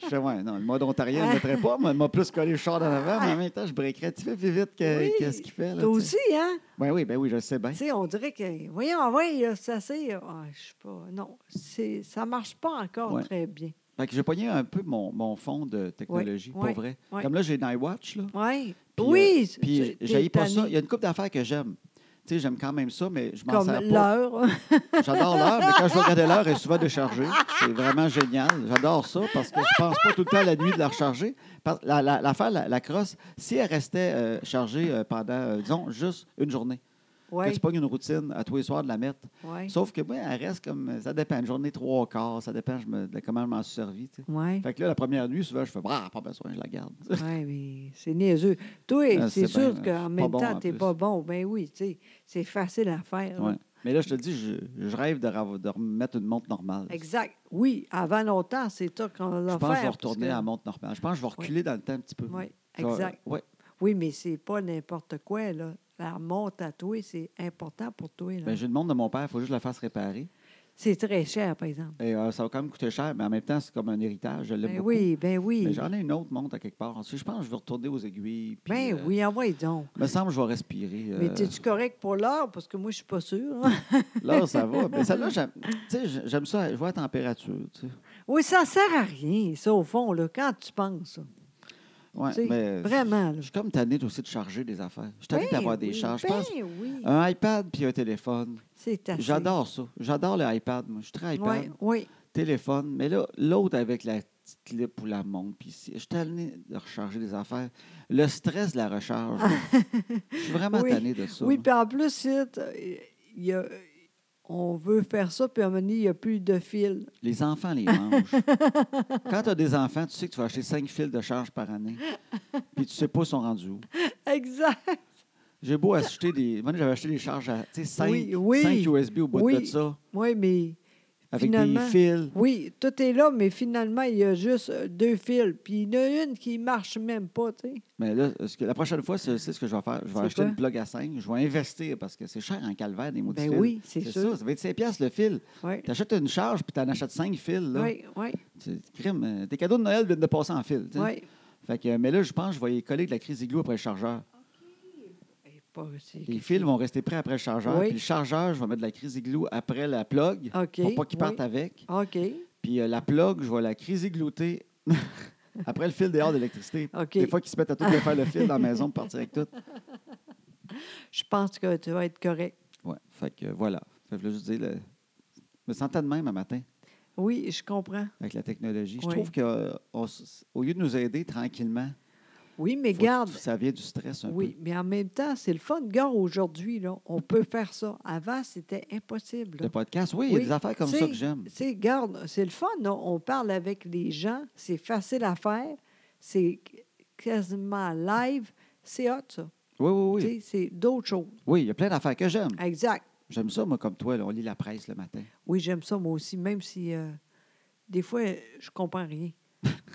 Je fais, ouais, non, le mode ontarien, je ne mettrais pas. Moi, il m'a plus collé le char dans l'avant, mais en même temps, je breakerais. Tu fais plus vite que, Oui, que ce euh, qu'il fait. Là, Toi tu sais. aussi, hein? Ben oui, ben oui, je le sais bien. Tu sais, on dirait que. Voyons, oui, là, ça c'est. Ah, je sais pas. Non, c'est- ça marche pas encore Ouais. très bien. Fait que j'ai pogné un peu mon, mon fond de technologie, Ouais, pour ouais, vrai. ouais. Comme là, j'ai Nightwatch, là. Ouais. Puis, oui. euh, Puis tu- j'ai t'es pas ça. tanné. Il y a une couple d'affaires que j'aime. Tu sais, j'aime quand même ça, mais je m'en Comme sers pas. l'heure. J'adore l'heure, mais quand je vais regarder l'heure, elle est souvent déchargée. C'est vraiment génial. J'adore ça parce que je pense pas tout le temps à la nuit de la recharger. Par- la- la- L'affaire, la, la crosse, si elle restait euh, chargée euh, pendant, euh, disons, juste une journée, que Oui. tu pognes une routine à tous les soirs de la mettre, Oui. sauf que moi, elle reste comme, ça dépend, une journée trois quarts, ça dépend je me- de comment je m'en suis servi. tu sais. Oui. Fait que là, la première nuit, souvent, je fais, bah, pas besoin, je la garde. Oui, mais c'est niaiseux. Toi, Ah, c'est c'est sûr bien, je suis pas qu'en même bon, en temps, t'es plus. pas bon. Ben oui, tu sais, c'est facile à faire. là. Ouais. Mais là, je te dis, je, je rêve de, rav- de remettre une montre normale. Exact. Oui, avant longtemps, c'est ça qu'on Je l'a fait. pense que je vais parce retourner que- à la montre normale. Je pense que je vais reculer dans le temps un petit peu. Oui, Je vais- exact. ouais. Oui, mais c'est pas n'importe quoi, là. La montre à toi, c'est important pour toi. là. Ben, j'ai une montre de mon père, il faut juste la fasse réparer. C'est très cher, par exemple. Et, euh, ça va quand même coûter cher, mais en même temps, c'est comme un héritage. Je l'aime Ben beaucoup. oui, ben Mais oui. j'en ai une autre montre à quelque part. Ensuite, Je pense que je vais retourner aux aiguilles. puis, Ben euh, oui, envoie donc. me semble que je vais respirer. Mais euh, t'es-tu correct pour l'heure? Parce que moi, je suis pas sûre. hein. là, ça va. Mais celle-là, j'aime, tu sais, j- j'aime ça. Je vois la température. tu sais. oui, ça sert à rien, ça, au fond, là, quand tu penses. ça. Ouais, Tu sais, mais vraiment, là. Je suis comme tanné aussi de charger des affaires. Je suis tanné Ben d'avoir des oui, charges. Je ben pense oui, un iPad puis un téléphone. c'est assez. J'adore ça. J'adore le iPad. Moi. Je suis très iPad. Oui, oui. téléphone. Mais là, l'autre avec la petite clip ou la montre, puis si- je suis tanné de recharger des affaires. Le stress de la recharge, là. je suis vraiment Oui. tanné de ça. Oui, là. puis en plus, c'est, euh, il y a- on veut faire ça, puis à un moment donné, il n'y a plus de fil. Les enfants les mangent. Quand tu as des enfants, tu sais que tu vas acheter cinq fils de charge par année, puis tu sais pas où ils sont rendus où. Exact. J'ai beau acheter des... Moi, j'avais acheté des charges à, tu sais, cinq, Oui, oui. cinq USB au bout de Oui. ça. Oui, mais avec Finalement. des fils. Oui, tout est là, mais finalement, il y a juste euh, deux fils. Puis il y en a une qui marche même pas, tu sais. Mais là, ce que- la prochaine fois, c'est c'est ce que je vais faire. Je C'est vais acheter quoi? une plug à 5. Je vais investir parce que c'est cher en calvaire, des mots Ben oui, c'est C'est sûr. ça, ça va être 5 piastres le fil. Oui, Tu achètes une charge puis tu en achètes 5 fils. Là. oui, oui. C'est crime. euh, Tes cadeaux de Noël viennent de passer en fil. tu sais. oui. Fait que, mais là, je pense que je vais y coller de la crise igloo après le chargeur. Eh, pas- c'est- Les fils vont rester prêts après le chargeur. Oui. Puis le chargeur, je vais mettre de la crise igloo après la plug OK, pour pas qu'ils oui. partent avec. OK, Puis euh, la plug, je vais la crise iglouter après le fil dehors d'électricité. OK. Des fois qu'ils se mettent à tout faire le fil dans la maison pour partir avec tout. je pense que tu vas être correct. Ouais, fait que euh, voilà. Fait que je voulais juste dire, le- je me sentais de même un matin Oui, je comprends. avec la technologie. Je Oui. trouve euh, qu'au lieu de nous aider tranquillement, Oui, mais faut- garde. ça vient du stress un Oui, mais en même temps, c'est le fun. Gars, aujourd'hui, là, on peut faire ça. Avant, c'était impossible. là. peu. Le podcast, oui, il y a Oui, des affaires comme ça c'est- que j'aime. C'est, garde, c'est le fun. là. On parle avec les gens. C'est facile à faire. C'est quasiment live. C'est hot, ça. Oui, oui, oui. Tu sais, C'est d'autres choses. Oui, il y a plein d'affaires que j'aime. Exact. J'aime ça, moi, comme toi. là, on lit la presse le matin. Oui, j'aime ça, moi aussi, même si euh, des fois, euh, je comprends rien.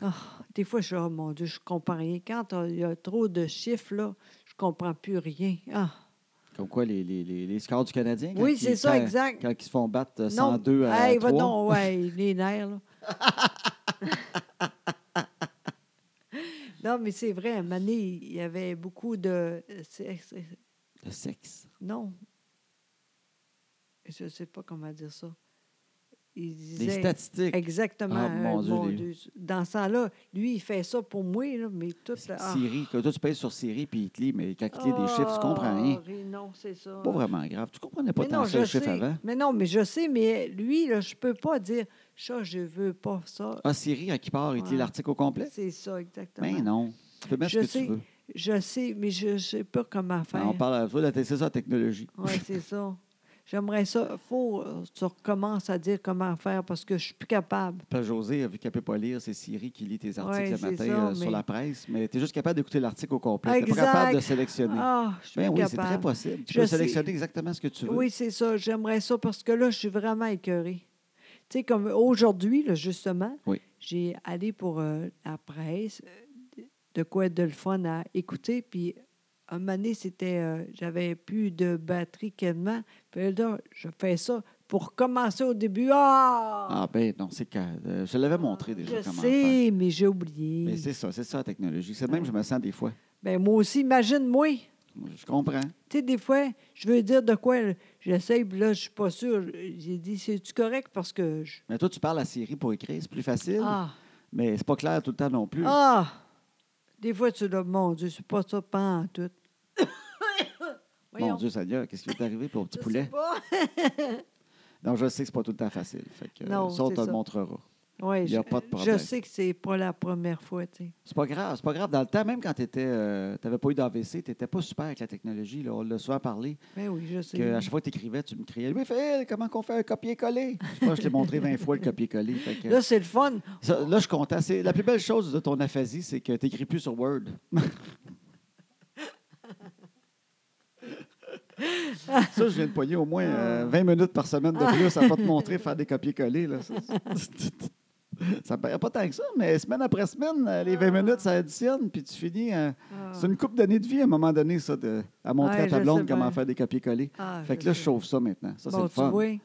Ah, des fois, je suis, oh mon Dieu, je comprends rien. Quand euh, il y a trop de chiffres, là, je comprends plus rien. Ah, Comme quoi, les, les, les, les scores du Canadien. quand Oui, ils- c'est ça, quand- exact. Quand ils se font battre euh, non. 102 à Hey, va 3. donc, ouais, les nerfs, là. non, mais c'est vrai, à un moment donné, il y avait beaucoup de... c'est- c'est- Le sexe. Non. Je ne sais pas comment dire ça. Ils Les disaient... statistiques. Exactement. Ah, hein, mon Dieu, mon les- Dieu. Dans ce temps-là, lui, il fait ça pour moi, là, mais tout. là, ah. Siri. que Toi, tu payes sur Siri, puis il te lit, mais quand il te lit des chiffres, tu comprends rien. Ah, Non, c'est ça. Pas vraiment grave. Tu comprenais pas Mais tant non, ça, je le chiffre sais. avant. Mais non, mais je sais, mais lui, là, je peux pas dire ça, je veux pas ça. Ah, Siri, à qui part, il te lit Ouais. l'article au complet? C'est ça, exactement. Mais Ben non. Tu peux mettre Je ce que sais tu veux. Je sais, mais je sais pas comment Mais faire. on parle à toi, c'est ça, la technologie. Oui, c'est ça. J'aimerais ça. faut euh, tu recommences à dire comment faire parce que je suis plus capable. Parce que José, euh, vu qu'elle ne peut pas lire, c'est Siri qui lit tes articles Ouais, le c'est matin ça, euh, sur mais- la presse, mais tu es juste capable d'écouter l'article au complet. Tu pas Exact. capable de sélectionner. Ah, je suis Ben plus oui, c'est capable. très possible. Tu Je peux sais. sélectionner exactement ce que tu veux. Oui, c'est ça. J'aimerais ça parce que là, je suis vraiment écœurée. Tu sais, comme aujourd'hui, là, justement, Oui. j'ai allé pour euh, la presse, euh, de quoi être de le fun à écouter. Puis, un moment donné, c'était, euh, j'avais plus de batterie quasiment. Puis là, je fais ça pour commencer au début. Ah! Ah ben non, c'est que euh, je l'avais montré déjà je comment faire. sais, mais j'ai oublié. Mais c'est ça, c'est ça la technologie. C'est de même que je me sens des fois. Ben, moi aussi, imagine-moi. Je comprends. Tu sais, des fois, je veux dire de quoi là, j'essaye, puis là, je suis pas sûre. J'ai dit, c'est-tu correct? Parce que je- Mais toi, tu parles à Siri pour écrire, c'est plus facile, Ah! mais c'est pas clair tout le temps non plus. Ah! Des fois, tu dis, mon Dieu, c'est pas ça, pas en tout. Mon Dieu Seigneur, qu'est-ce qui est arrivé pour le petit je sais poulet? pas. Non, je sais que c'est pas tout le temps facile. Fait que, euh, Non, ça, on c'est te le ça. montrera. Ouais, Il y a je- pas de problème. Je sais que c'est pas la première fois, tu sais. C'est pas grave, c'est pas grave. Dans le temps, même quand tu n'avais pas eu d'AVC, tu n'étais pas super avec la technologie. là. On l'a souvent parlé. Ben oui, je sais. Que à chaque fois que tu écrivais, tu me criais Oui, Phil, comment qu'on fait un copier-coller Je pense que je t'ai montré 20 fois le copier-coller. Fait que- Là, c'est le fun. ça, là, je suis content. C'est- La plus belle chose de ton aphasie, c'est que tu n'écris plus sur Word. ça, je viens de pogner au moins euh, 20 minutes par semaine de plus à pas te montrer faire des copier-coller. là. Ça, ça paraît pas tant que ça, mais semaine après semaine, euh, les 20 minutes, ça additionne, puis tu finis. euh, Ah. c'est une coupe d'années de vie à un moment donné, ça, de, à montrer Ouais, à ta je sais blonde bien. comment faire des copier-coller. Ah, fait que là, je sais. chauffe ça maintenant. Ça, c'est Bon, le tu fun. vois? Tu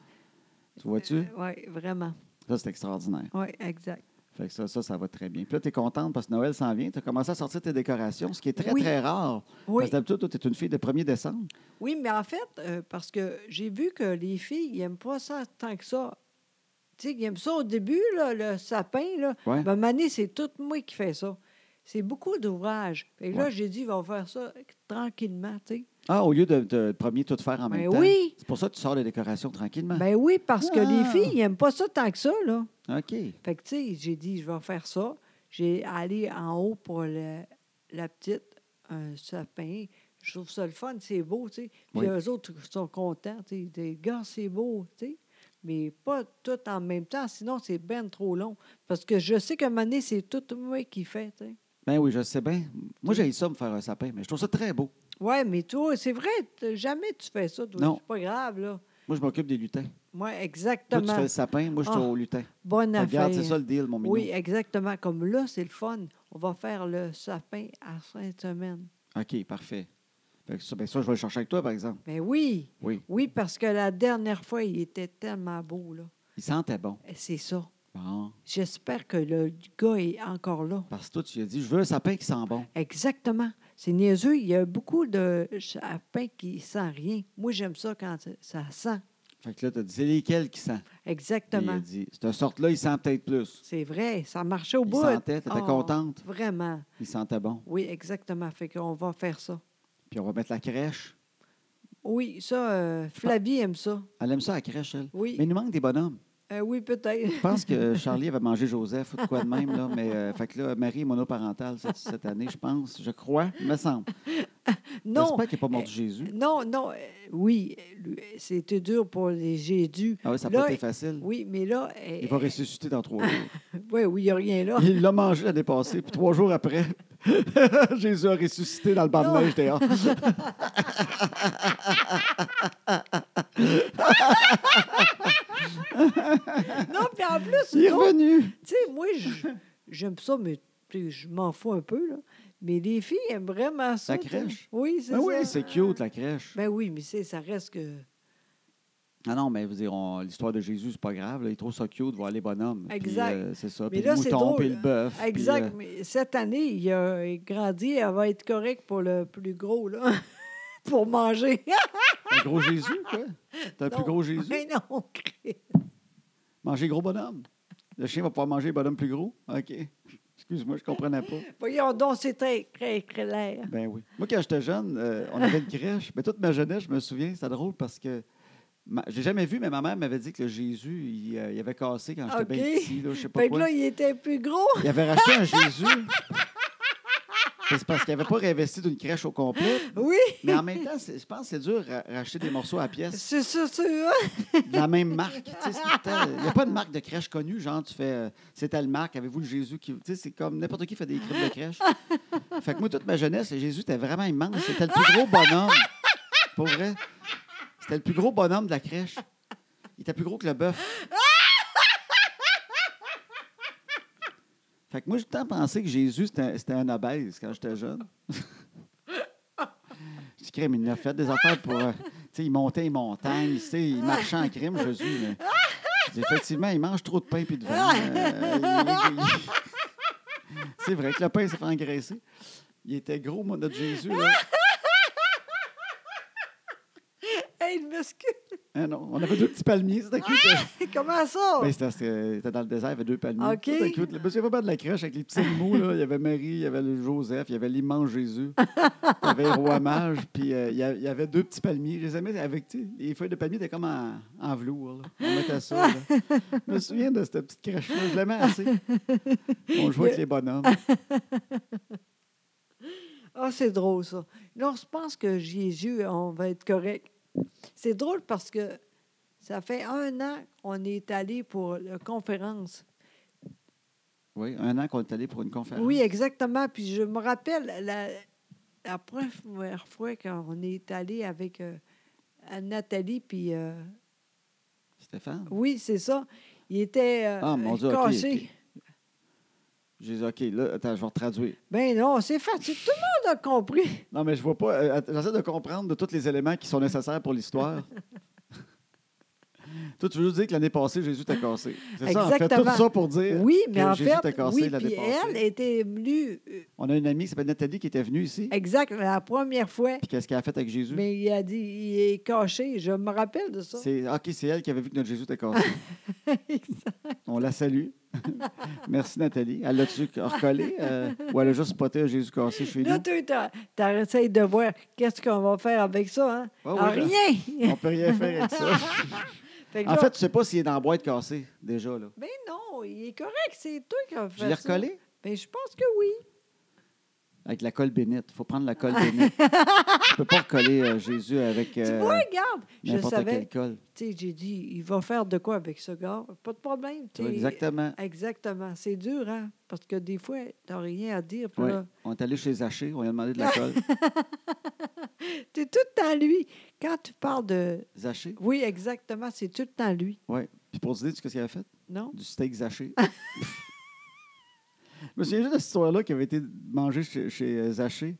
vois-tu? Oui, vraiment. Ça, c'est extraordinaire. Oui, exact. Fait que ça, ça, ça va très bien. Puis là, tu es contente parce que Noël s'en vient. Tu as commencé à sortir tes décorations, ce qui est très, Oui. très rare. Oui. Parce que d'habitude, toi, tu es une fille de 1er décembre. Oui, mais en fait, euh, parce que j'ai vu que les filles, ils n'aiment pas ça tant que ça. Tu sais, ils aiment ça au début, là, le sapin. Là. Ouais. Ben, Mané, c'est tout moi qui fais ça. C'est beaucoup d'ouvrages. Fait que là, Ouais. j'ai dit, ils vont faire ça tranquillement, tu sais. Ah, au lieu de, de premier tout faire en même Ben temps. oui. C'est pour ça que tu sors les décorations tranquillement. Ben oui, parce que les Ah. filles, ils n'aiment pas ça tant que ça, là. OK. Fait que, tu sais, j'ai dit, je vais faire ça. J'ai allé en haut pour le- la petite, un sapin. Je trouve ça le fun, c'est beau, tu sais. Puis Oui. eux autres sont contents, tu sais. Ils disent, gars, c'est beau, tu sais. Mais pas tout en même temps, sinon c'est ben trop long. Parce que je sais qu'à un moment donné, c'est tout moi qui fait, tu sais. Ben oui, je sais bien. Moi, j'ai ça me faire un sapin, mais je trouve ça très beau. Ouais, mais toi, c'est vrai, t- jamais tu fais ça, toi. Non. C'est pas grave, là. Moi, je m'occupe des lutins. Moi, Toi, tu exactement. fais le sapin, moi, je suis Ah, au lutin. Bonne affaire. Regarde, c'est ça le deal, mon minou. oui, exactement. Comme là, c'est le fun. On va faire le sapin à Sainte-Semaine. OK, parfait. Fait que ça, ben, ça, je vais le chercher avec toi, par exemple. Mais oui, Oui. oui, parce que la dernière fois, il était tellement beau, là. Il sentait bon. Et C'est ça. Bon. J'espère que le gars est encore là. Parce que toi, tu lui as dit, je veux un sapin qui sent bon. Exactement. C'est niaiseux. Il y a beaucoup de sapins qui sent rien. Moi, j'aime ça quand ça sent. Fait que là, tu as dit, c'est lesquels qui sent? Puis Il a Exactement. dit, cette sorte-là, il sent peut-être plus. C'est vrai. Ça marchait au Il bout. sentait, t'étais Oh, contente. Vraiment. Il sentait bon. Oui, exactement. Fait qu'on va faire ça. Puis on va mettre la crèche. Oui, ça, euh, Flavie aime ça. Elle aime ça, la crèche, elle. Oui, Mais il nous manque des bonhommes. Euh, oui, peut-être. Je pense que Charlie avait mangé Joseph ou de quoi de même, là. Mais euh, fait que là, Marie est monoparentale cette, cette année, je pense. Je crois, me semble. Non, euh, J'espère qu'il n'est pas mort de Jésus. non, non. euh, Oui, lui, c'était dur pour les Jésus. Ah oui, ça Là, peut être facile. Oui, mais là, Il va ressusciter dans trois jours. oui, oui, il n'y a rien là. Il l'a mangé l'année passée, puis trois jours après, Jésus a ressuscité dans le banc Non. de neige dehors. Non, puis en plus, Il est nous autres, revenu. tu sais, moi, je- j'aime ça, mais tu sais, je m'en fous un peu, là. Mais les filles aiment vraiment ça. La tu sais. crèche? Oui, c'est Ben oui, ça. c'est cute, la crèche. Ben oui, mais c'est- ça reste que... Ah non, mais vous dire, on- l'histoire de Jésus, c'est pas grave. là. Il trouve ça cute, voir les bonhommes. Puis, Exact. euh, c'est ça. Mais Puis là, le c'est mouton, drôle, puis le bœuf. puis, Exact, euh, mais cette année, il a il grandi, elle va être correcte pour le plus gros, là, pour manger. Ah, un euh, gros Jésus, quoi. T'as un plus Non. gros Jésus. Mais non, Christ. Manger gros bonhomme. Le chien va pouvoir manger bonhomme plus gros. OK. Excuse-moi, je comprenais pas. voyons donc, c'est très, très clair. Ben oui. Moi, quand j'étais jeune, euh, on avait une crèche. Mais toute ma jeunesse, je me souviens, c'était drôle parce que ma- j'ai jamais vu, mais ma mère m'avait dit que le Jésus, il, euh, il avait cassé quand j'étais OK. bien petit. Là, je sais pas Fait que quoi. là, il était plus gros. Il avait racheté un Jésus. Mais C'est parce qu'il n'avait pas réinvesti d'une crèche au complet. Oui, Mais en même temps, c'est- je pense que c'est dur à racheter des morceaux à pièce c'est ça, c'est ça. de la même marque. Tu sais, c'est tout le temps- Il n'y a pas de marque de crèche connue, genre tu fais euh, c'est telle marque, avez-vous le Jésus qui. Tu sais, c'est comme n'importe qui fait des crèmes de crèche. Fait que moi, toute ma jeunesse, le Jésus était vraiment immense. C'était le plus gros bonhomme. Pour vrai. C'était le plus gros bonhomme de la crèche. Il était plus gros que le bœuf. Fait que moi, j'ai tant pensé que Jésus, c'était c'était un obèse quand j'étais jeune. Je dis, crème, il en a fait des affaires pour. euh, tu sais, il montait les montagnes, tu sais, il marchait en crime, Jésus. mais- je dis, effectivement, il mange trop de pain et de vin. euh, il- il- il- C'est vrai que le pain s'est fait engraisser. Il était gros, moi, notre Jésus. Là. Hey, le muscle, Ah non, on avait deux petits palmiers. C'était cute. Ah! comment ça? Ben, c'était parce que c'était dans le désert, il y avait deux palmiers. OK. C'était cute. Le- Parce qu'il n'y avait pas de la crèche avec les petits animaux. Là. Il y avait Marie, il y avait le Joseph, il y avait l'immense Jésus. Il y avait le roi mage, puis euh, il y a- il y avait deux petits palmiers. Je les aimais avec, tu sais, les feuilles de palmier étaient comme en, en velours. là. On mettait ça. là. Je me souviens de cette petite crèche-là. Je l'aimais assez. On jouait avec les bonhommes. Ah, c'est drôle, ça. Non, je pense que Jésus, on va être correct. C'est drôle parce que ça fait un an qu'on est allé pour la conférence. Oui, un an qu'on est allé pour une conférence. Oui, exactement. Puis je me rappelle la, la première fois quand on est allé avec euh, Nathalie, puis euh, Stéphane. oui, c'est ça. Il était euh, Ah, mon Dieu, OK, cassé. OK. J'ai dit, OK, là, attends, je vais retraduire. Ben non, c'est facile. Tout le monde a compris. Non, mais je vois pas. euh, att- J'essaie de comprendre de tous les éléments qui sont nécessaires pour l'histoire. Toi, tu veux juste dire que l'année passée, Jésus t'a cassé. C'est ça, on fait tout Exactement. ça pour dire. Oui, mais que en Jésus t'a fait, cassé oui, l'année puis passée. elle était venue, euh, On a une amie qui s'appelle Nathalie qui était venue ici. exact, la première fois. Puis qu'est-ce qu'elle a fait avec Jésus? Mais il a dit, il est caché. Je me rappelle de ça. C'est ah, OK, c'est elle qui avait vu que notre Jésus était cassé. On la salue. Merci, Nathalie. Elle l'a-tu recollé euh, ou elle a juste spoté un Jésus cassé chez nous? Là, tu essayé de voir qu'est-ce qu'on va faire avec ça. Hein? Ah oui, Ah, là. rien! On peut rien faire avec ça. Fait que En là, fait, tu sais pas s'il est dans la boîte cassée, déjà. là. ben non, il est correct. C'est toi qui as fait Je l'ai ça. recollé? Ben, je pense que oui. Avec la colle bénite. Il faut prendre la colle bénite. Je peux pas recoller euh, Jésus avec tu euh, vois, regarde, je n'importe savais. quelle colle. Tu sais, j'ai dit, il va faire de quoi avec ce gars? Pas de problème. Tu vois, t'sais. exactement. Exactement. C'est dur, hein? Parce que des fois, tu n'as rien à dire. puis Ouais. là, On est allé chez Zaché, on lui a demandé de la colle. tu es tout le temps lui. Quand tu parles de. Zaché. Oui, exactement, c'est tout le temps lui. Oui. Puis pour dire, tu sais ce qu'il avait fait? Non? Du steak zaché. Je me souviens juste de cette histoire-là qui avait été mangée chez, chez euh, Zaché.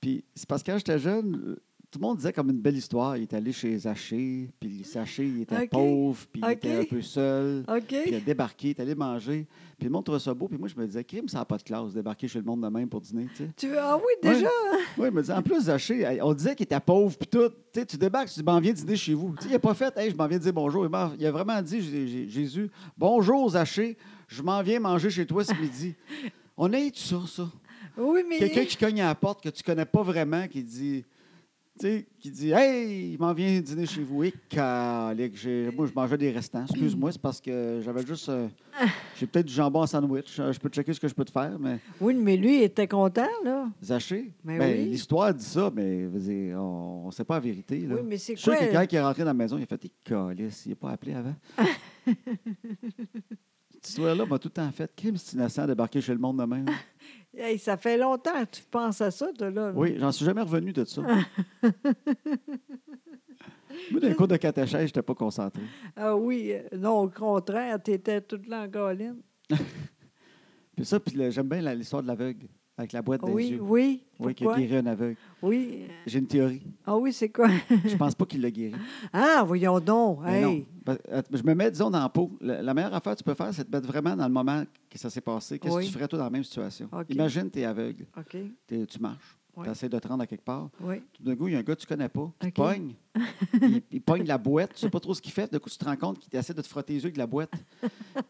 Puis c'est parce que quand j'étais jeune, euh, tout le monde disait comme une belle histoire. Il est allé chez Zaché, puis Zaché, il était OK. pauvre, puis OK. il était un peu seul. OK. Puis il a débarqué, il est allé manger. Puis le monde trouvait ça beau. Puis moi, je me disais, crime, ça n'a pas de classe, débarquer chez le monde de même pour dîner. tu sais. Tu veux- Ah oui, déjà? Oui, il me disait, en plus, Zaché, hey, on disait qu'il était pauvre, puis tout. Tu sais, tu débarques, tu dis, m'en viens dîner chez vous. Tu sais, il n'a pas fait, hey, je m'en viens dire bonjour. Il, m'a- il a vraiment dit, J- J- Jésus, bonjour, Zaché, je m'en viens manger chez toi ce midi. On a eu ça, ça. Oui, mais. Quelqu'un qui cogne à la porte que tu connais pas vraiment, qui dit. Tu sais, qui dit Hey, je m'en viens dîner chez vous. Et calique, j'ai- moi, je mangeais des restants. Excuse-moi, c'est parce que j'avais juste. euh, Ah. j'ai peut-être du jambon en sandwich. Euh, Je peux te checker ce que je peux te faire, mais. Oui, mais lui, il était content, là. Zaché, Mais ben, oui. l'histoire dit ça, mais je veux dire, on ne sait pas la vérité. Là. Oui, mais c'est Je suis sûr quoi? que quand il est rentré dans la maison, il a fait des calices, il n'est pas appelé avant. Ah. Cette histoire-là m'a tout le temps fait. Crime, c'est innocent débarquer chez le monde de même. Hey, ça fait longtemps que tu penses à ça, toi, là. Oui, j'en suis jamais revenu de ça. Moi, d'un cours de catéchèse, je n'étais pas concentré. Ah oui, euh, non, au contraire, tu étais toute là en galine. Puis ça, puis le- j'aime bien la- l'histoire de l'aveugle, avec la boîte des Oui, yeux. oui. ben, Oui, qui a pourquoi? guéri un aveugle. Oui. J'ai une théorie. Ah oui, c'est quoi? Je pense pas qu'il l'a guéri. Ah, voyons donc. Mais non. hey. Parce- att- Je me mets, disons, dans la peau. La, la meilleure affaire que tu peux faire, c'est de mettre vraiment dans le moment que ça s'est passé. Qu'est-ce Oui. que tu ferais, toi, dans la même situation? OK. Imagine, tu es aveugle. OK. T'es- tu marches. Oui. Tu essaies de te rendre à quelque part. Oui. Tout d'un coup, il y a un gars que tu connais pas. Tu OK. pognes. il, il pogne la boîte. Tu sais pas trop ce qu'il fait. De coup, tu te rends compte qu'il essaie de te frotter les yeux avec la boîte.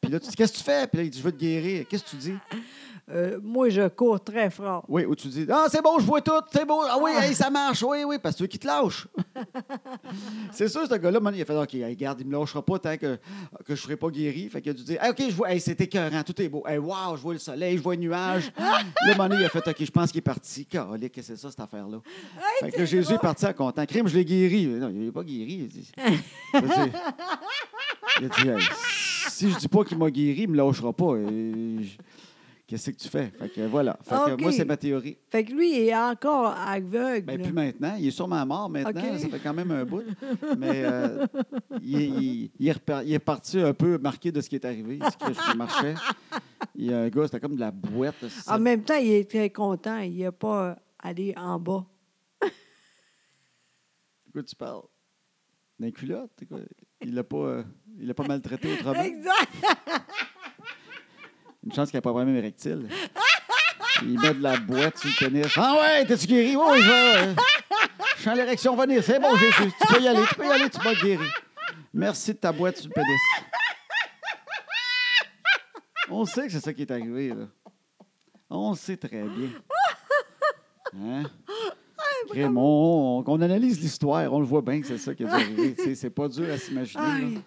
Puis là, tu dis Qu'est-ce que tu fais? Puis là, il dit Je veux te guérir. Qu'est-ce que tu dis? Euh, moi, je cours très fort. Oui, ou tu dis Ah, c'est bon, je vois tout, c'est beau, ah oui, hey, ça marche, oui, oui, parce que tu veux qu'il te lâche. c'est sûr, ce gars-là, man, il a fait OK, hey, regarde, il me lâchera pas tant que, que je serai pas guéri. Fait qu'il a dû dire Hey, OK, je vois, hey, c'est écœurant, tout est beau. Hey, wow, je vois le soleil, je vois les nuages. le money, il a fait OK, je pense qu'il est parti. Calé, qu'est-ce que c'est ça, cette affaire-là? fait que là, Jésus est parti en content. Crime, je l'ai guéri. Mais Non, il n'est pas guéri. Il a dit, Je veux dire, il a dit, Hey, si je dis pas qu'il m'a guéri, il me lâchera pas. Euh, je- Qu'est-ce que tu fais? Fait que voilà. Fait que OK. moi, c'est ma théorie. Fait que lui, il est encore aveugle. Ben, là. plus maintenant. Il est sûrement mort maintenant. OK. Ça fait quand même un bout. Mais euh, il, est- il- il est repa- il est parti un peu marqué de ce qui est arrivé. Ce que je marchais. Il y a un gars, c'était comme de la boîte. ça- En même temps, il est très content. Il n'est pas euh, allé en bas. De quoi tu parles? D'un culotte? c'est quoi? Il l'a pas, euh, il l'a pas maltraité autrement. Exact. Une chance qu'il n'y a pas de problème érectile. Il met de la boîte sur le pénis. Ah ouais, t'es-tu guéri? Oui, je vais. Je sens l'érection venir. C'est bon, Jésus. Tu peux y aller, tu peux y aller, tu vas te guérir. Merci de ta boîte sur le pénis. On sait que c'est ça qui est arrivé, là. On sait très bien. Hein? Crème, on, on- on analyse l'histoire, on le voit bien que c'est ça qui est arrivé. Tu sais, C'est pas dur à s'imaginer. là. Aïe,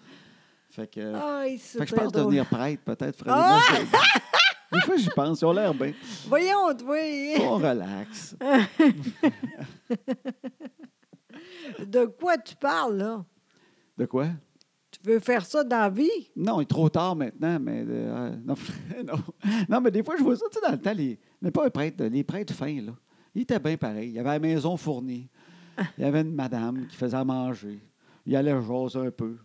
Fait que. euh, aïe, c'est Fait que je bien pense drôle. devenir prêtre, peut-être, frère. Ah! Des fois, j'y pense. Ils ont l'air bien. Voyons, oui. On relaxe. De quoi tu parles, là? De quoi? Tu veux faire ça dans la vie? Non, il est trop tard maintenant, mais... de- euh, non, non. Non, mais des fois, je vois ça, tu sais, dans le temps, les, mais pas un prêtre, euh, les prêtres fins, là. Ils étaient bien pareils. Il y avait la maison fournie. Il y avait une madame qui faisait à manger. Il allait jaser un peu.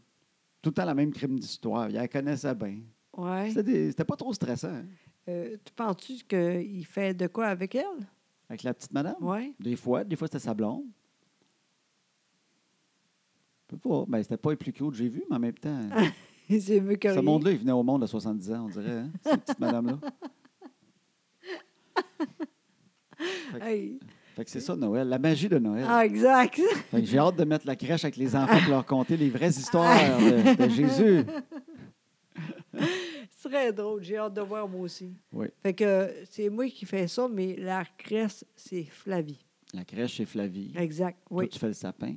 Tout le temps la même crime d'histoire. Il la connaissait bien. Oui. C'était des- c'était pas trop stressant. hein. Euh, tu penses-tu qu'il fait de quoi avec elle? Avec la petite madame. Oui. Des fois, des fois, c'était sa blonde. Je peux pas. Ben, c'était pas les plus cute que j'ai vu, mais en même temps, Ah, C'est mieux que ce rien. monde-là, il venait au monde à 70 ans, on dirait, hein, cette petite madame-là. Hey. Fait que c'est ça, Noël, la magie de Noël. Ah, exact. Fait que j'ai hâte de mettre la crèche avec les enfants pour leur conter les vraies histoires Ah. de, de Jésus. C'est très drôle. J'ai hâte de voir moi aussi. Oui. Fait que c'est moi qui fais ça, mais la crèche, c'est Flavie. La crèche chez Flavie. Exact. Eh Oui. Toi, tu fais le sapin.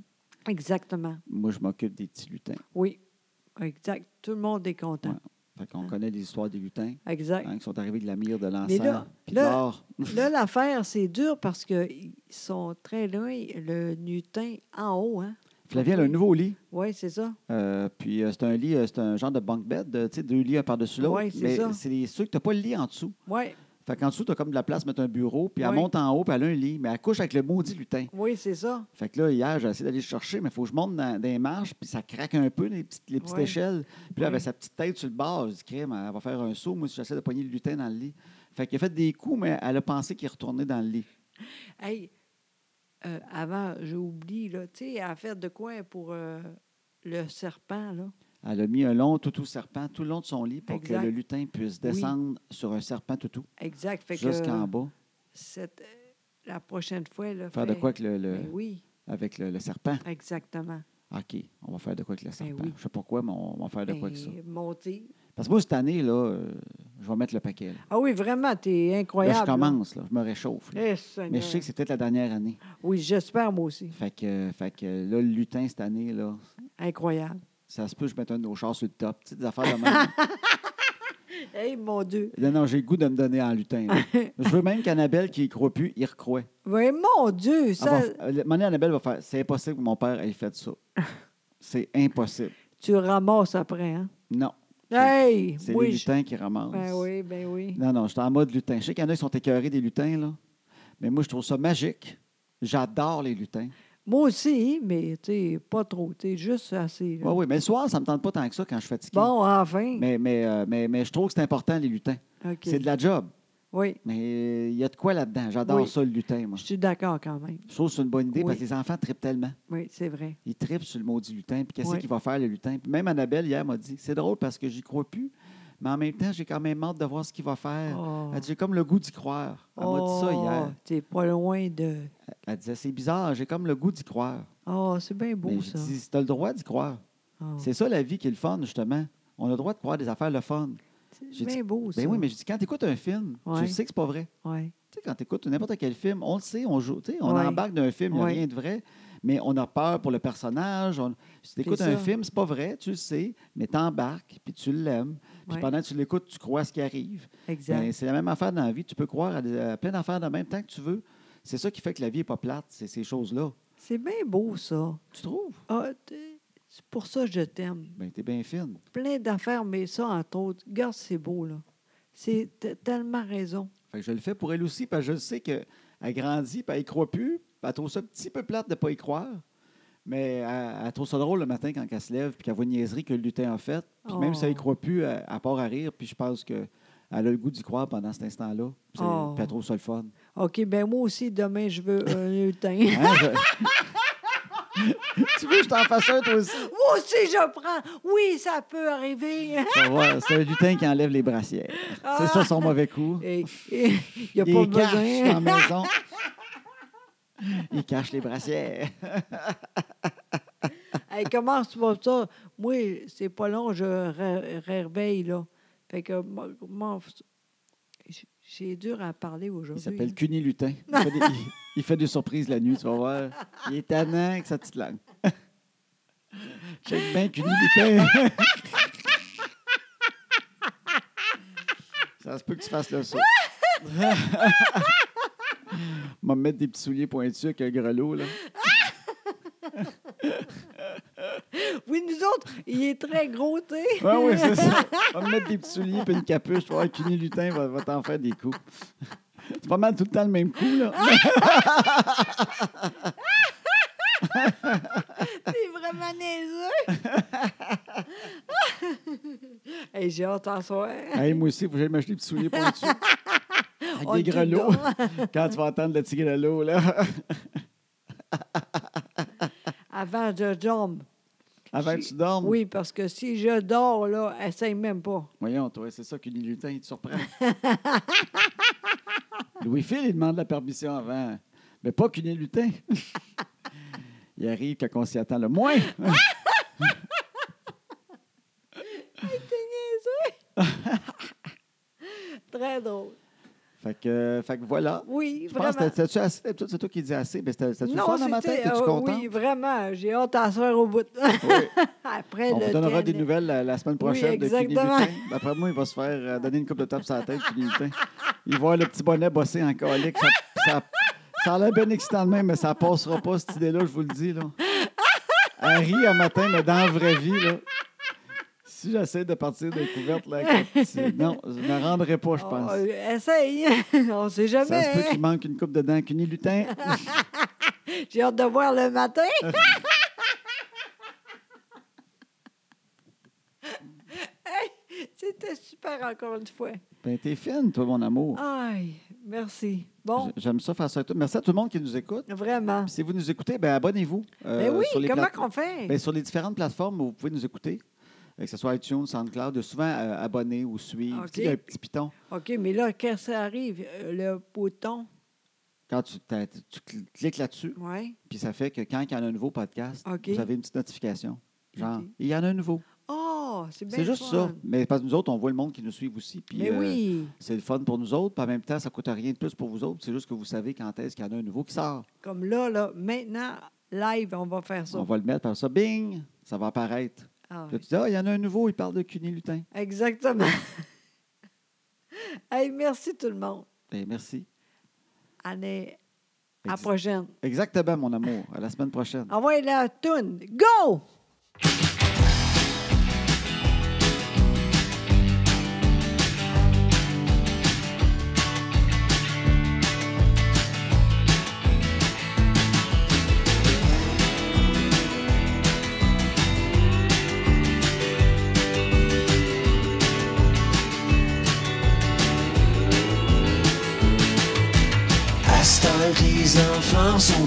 Exactement. Moi, je m'occupe des petits lutins. Oui. Exact. Tout le monde est content. Fait qu'on connaît les histoires des lutins Exact. hein, qui sont arrivés de la mire, de Ah. Mais là- l'encens, puis de là- l'or. Là, l'affaire, c'est dur parce qu'ils sont très loin, le nutin en haut, hein? Flavie, elle a un nouveau lit. Oui, c'est ça. Euh, puis euh, c'est un lit, euh, c'est un genre de bunk bed, euh, tu sais, deux lits un par-dessus l'autre. Ouais, c'est mais ça. c'est les- ceux que tu n'as pas le lit en dessous. Oui. Fait qu'en dessous, tu as comme de la place, mettre un bureau, puis elle Oui. monte en haut, puis elle a un lit, mais elle couche avec le maudit lutin. Oui, c'est ça. Fait que là, hier, j'ai essayé d'aller le chercher, mais il faut que je monte dans, dans les marches, puis ça craque un peu, les petites, les petites Ouais. échelles. Puis là, elle avait Ouais. sa petite tête sur le bord. Je dis, crème, elle va faire un saut. Moi, si j'essaie de poigner le lutin dans le lit. Fait qu'il a fait des coups, mais elle a pensé qu'il retournait dans le lit. Hey, euh, avant, j'ai oublié, là, tu sais, à faire de quoi pour euh, le serpent, là? Elle a mis un long toutou serpent tout le long de son lit pour Exact. que le lutin puisse descendre sur un serpent toutou Exact. Fait que jusqu'en bas. cette- la prochaine fois, là, Faire de fais- quoi avec le, le- Ben oui, avec le, le serpent? exactement. OK, on va faire de quoi avec le serpent? Ben oui. Je sais pas quoi, mais on va faire de quoi avec ça. Ben, monter. Parce que moi, cette année, là, euh, je vais mettre le paquet. là. Ah oui, vraiment, t'es Là, incroyable. je commence, là, je me réchauffe. là. là. Eh, Mais Seigneur. je sais que c'est peut-être la dernière année. Oui, j'espère, moi aussi. Fait que, fait que là, le lutin, cette année, là, Incroyable. ça se peut que je mette un de nos chars sur le top. Tu sais, des affaires de même. Hey, mon Dieu. non, non, j'ai le goût de me donner en lutin. là. je veux même qu'Annabelle, qui y croit plus, y recroit. Oui, mon Dieu, Elle ça, va f- euh, Mané Annabelle va faire C'est impossible que mon père ait fait ça. C'est impossible. tu ramasses après, hein? Non. C'est- Hey! C'est oui, les je- lutins qui ramassent. Ben oui, ben oui. Non, non, je suis en mode lutin. Je sais qu'il y en a qui sont écœurés des lutins, là. Mais moi, je trouve ça magique. J'adore les lutins. Moi aussi, mais tu sais, pas trop. Tu sais, juste assez. là. Oui, oui, mais le soir, ça me tente pas tant que ça quand je suis fatigué. Bon, enfin. Mais, mais, euh, mais, mais je trouve que c'est important, les lutins. OK. C'est de la job. Oui, Mais il y a de quoi là-dedans. J'adore Oui. ça, le lutin, moi. je suis d'accord quand même. Je trouve que c'est une bonne idée Oui. parce que les enfants trippent tellement. Oui, c'est vrai. Ils trippent sur le maudit lutin. Puis qu'est-ce Oui. qu'il va faire, le lutin? Puis même Annabelle, hier, m'a dit c'est drôle parce que j'y crois plus, mais en même temps, j'ai quand même hâte de voir ce qu'il va faire. Oh. Elle dit j'ai comme le goût d'y croire. Elle m'a dit ça hier. T'es pas loin de. Elle disait c'est bizarre, j'ai comme le goût d'y croire. Oh, c'est bien beau, mais je ça. dis t'as le droit d'y croire. Ah. Ben, C'est ça la vie qui est le fun, justement. On a le droit de croire des affaires le fun. C'est j'ai bien beau, ça. Ben oui, mais je dis quand tu écoutes un film, tu Ouais. le sais que c'est pas vrai. Ouais. Tu sais, quand tu écoutes n'importe quel film, on le sait, on joue, tu sais, on Ouais. embarque d'un film, il n'y a Ouais. rien de vrai, mais on a peur pour le personnage. On... Si tu écoutes C'est un ça. film, c'est pas vrai, tu le sais, mais tu embarques, puis tu l'aimes, puis Ouais. pendant que tu l'écoutes, tu crois à ce qui arrive. Exact. Ben, c'est la même affaire dans la vie, tu peux croire à, des- à plein d'affaires dans le même temps que tu veux. C'est ça qui fait que la vie n'est pas plate, c'est ces choses-là. C'est bien beau, ça. Tu trouves? Ah, t'es- c'est pour ça que je t'aime. Ben, t'es bien fine. Plein d'affaires, mais ça, entre autres. Regarde, c'est beau, là. C'est t'as tellement raison. Fait que je le fais pour elle aussi, parce que je sais qu'elle grandit, puis elle y croit plus, puis elle trouve ça un petit peu plate de ne pas y croire. Mais elle, elle trouve ça drôle le matin quand elle se lève, puis qu'elle voit une niaiserie que le lutin a faite. Puis même si elle y Oh. croit plus, elle, elle part à rire, puis je pense qu'elle a le goût d'y croire pendant cet instant-là. Puis, c'est- Oh. puis elle trouve ça le fun. OK, ben moi aussi, demain, je veux un lutin. Hein, je- tu veux que je t'en fasse un, toi aussi? Moi aussi, je prends. Oui, ça peut arriver. Tu vas voir, C'est un lutin qui enlève les brassières. C'est ça son mauvais coup. Hey, hey, Il n'y Il a pas les cache besoin. dans la maison. Il cache les brassières. Hey, comment tu vas ça? Moi, c'est pas long, je ré- réveille, là. Fait que, moi, moi, j- j'ai dur à parler Il aujourd'hui. s'appelle hein. Cuny Lutin. Il fait, des, il- il fait des surprises la nuit, tu vas voir. Il est tannant avec sa petite langue. Check bien Cuny Lutin. Ça se peut que tu fasses le saut. M'a mettre des petits souliers pointus avec un grelot, là. Oui, nous autres, il est très gros, tu sais. Ouais, oui, c'est ça. Va me mettre des petits souliers puis une capuche. Tu vas voir, Cuny Lutin va, va t'en faire des coups. C'est pas mal tout le temps le même coup, là. C'est vraiment niaiseux. hey, j'ai hâte en soir. Hey, moi aussi, il faut que j'aille m'acheter des petits souliers pointus. Avec On le des dit grelots. donc. Quand tu vas entendre le petit grelot, là, Avant de dormir. avant que tu dormes. Oui, parce que si je dors, là, essaye même pas. Voyons, toi, c'est ça qu'une lutin, il te surprend. Louis-Phil, il demande la permission avant. Mais pas qu'une lutin. il arrive quand on s'y attend le moins. C'est niaiseux. très drôle. fait, que, fait que voilà. Oui, Je pense vraiment. que t'as-tu assez? D'habitude, c'est toi qui dis assez. Mais t'as- t'as-tu le fun dans ma tête? c'était- T'es-tu euh, content? Oui, vraiment. J'ai hâte à soir au bout. Après On le vous donnera thème. des nouvelles la, la semaine prochaine Oui, de Kini exactement. Lutin. D'après moi, il va se faire euh, donner une coupe de tape sur la tête, Kini Lutin. Il va voir le petit bonnet bosser en colique. Ça, ça- ça a l'air bien excitant de même, mais ça passera pas, cette idée-là, je vous le dis. Là. Elle rit un matin, mais dans la vraie vie, là, si Si j'essaie de partir de couverte, là, avec le petit- non, je ne me rendrai pas, je pense. Oh, essaye. On ne sait jamais. Ça se peut hein. qu'il manque une coupe dedans, qu'une lutin. J'ai hâte de voir le matin. Hey, C'était super encore une fois. Ben, t'es fine, toi, mon amour. Aïe, merci. Ah, Bon, J- J'aime ça faire ça avec toi. Merci à tout le monde qui nous écoute. vraiment. Puis Si vous nous écoutez, ben abonnez-vous. euh, Mais oui, sur les comment plate- qu'on fait? ben, sur les différentes plateformes où vous pouvez nous écouter, euh, que ce soit iTunes, SoundCloud, de souvent euh, abonner ou suivre. OK. Tu sais, Il y a un petit piton. OK, mais là, quand ça arrive, euh, le bouton, Quand tu, t'as- tu cl- cliques là-dessus, oui. puis ça fait que quand il y en a un nouveau podcast, OK. vous avez une petite notification. Genre, OK. il y en a un nouveau. Oh, c'est bien C'est juste fun. ça. Mais parce que nous autres, on voit le monde qui nous suit aussi. Puis, Mais euh, oui, C'est le fun pour nous autres. Puis en même temps, ça ne coûte rien de plus pour vous autres. C'est juste que vous savez quand est-ce qu'il y en a un nouveau qui sort. comme là, là, maintenant, live, on va faire ça. On va le mettre par ça. Bing! Ça va apparaître. Ah, Puis là, tu dis, ah, il y en a un nouveau, il parle de Cunilutin. exactement. hey, merci tout le monde. Ben, merci. Allez, à la Ex- prochaine. Exactement, mon amour. À la semaine prochaine. Envoyez la toune. Go! À ce temps que les enfants sont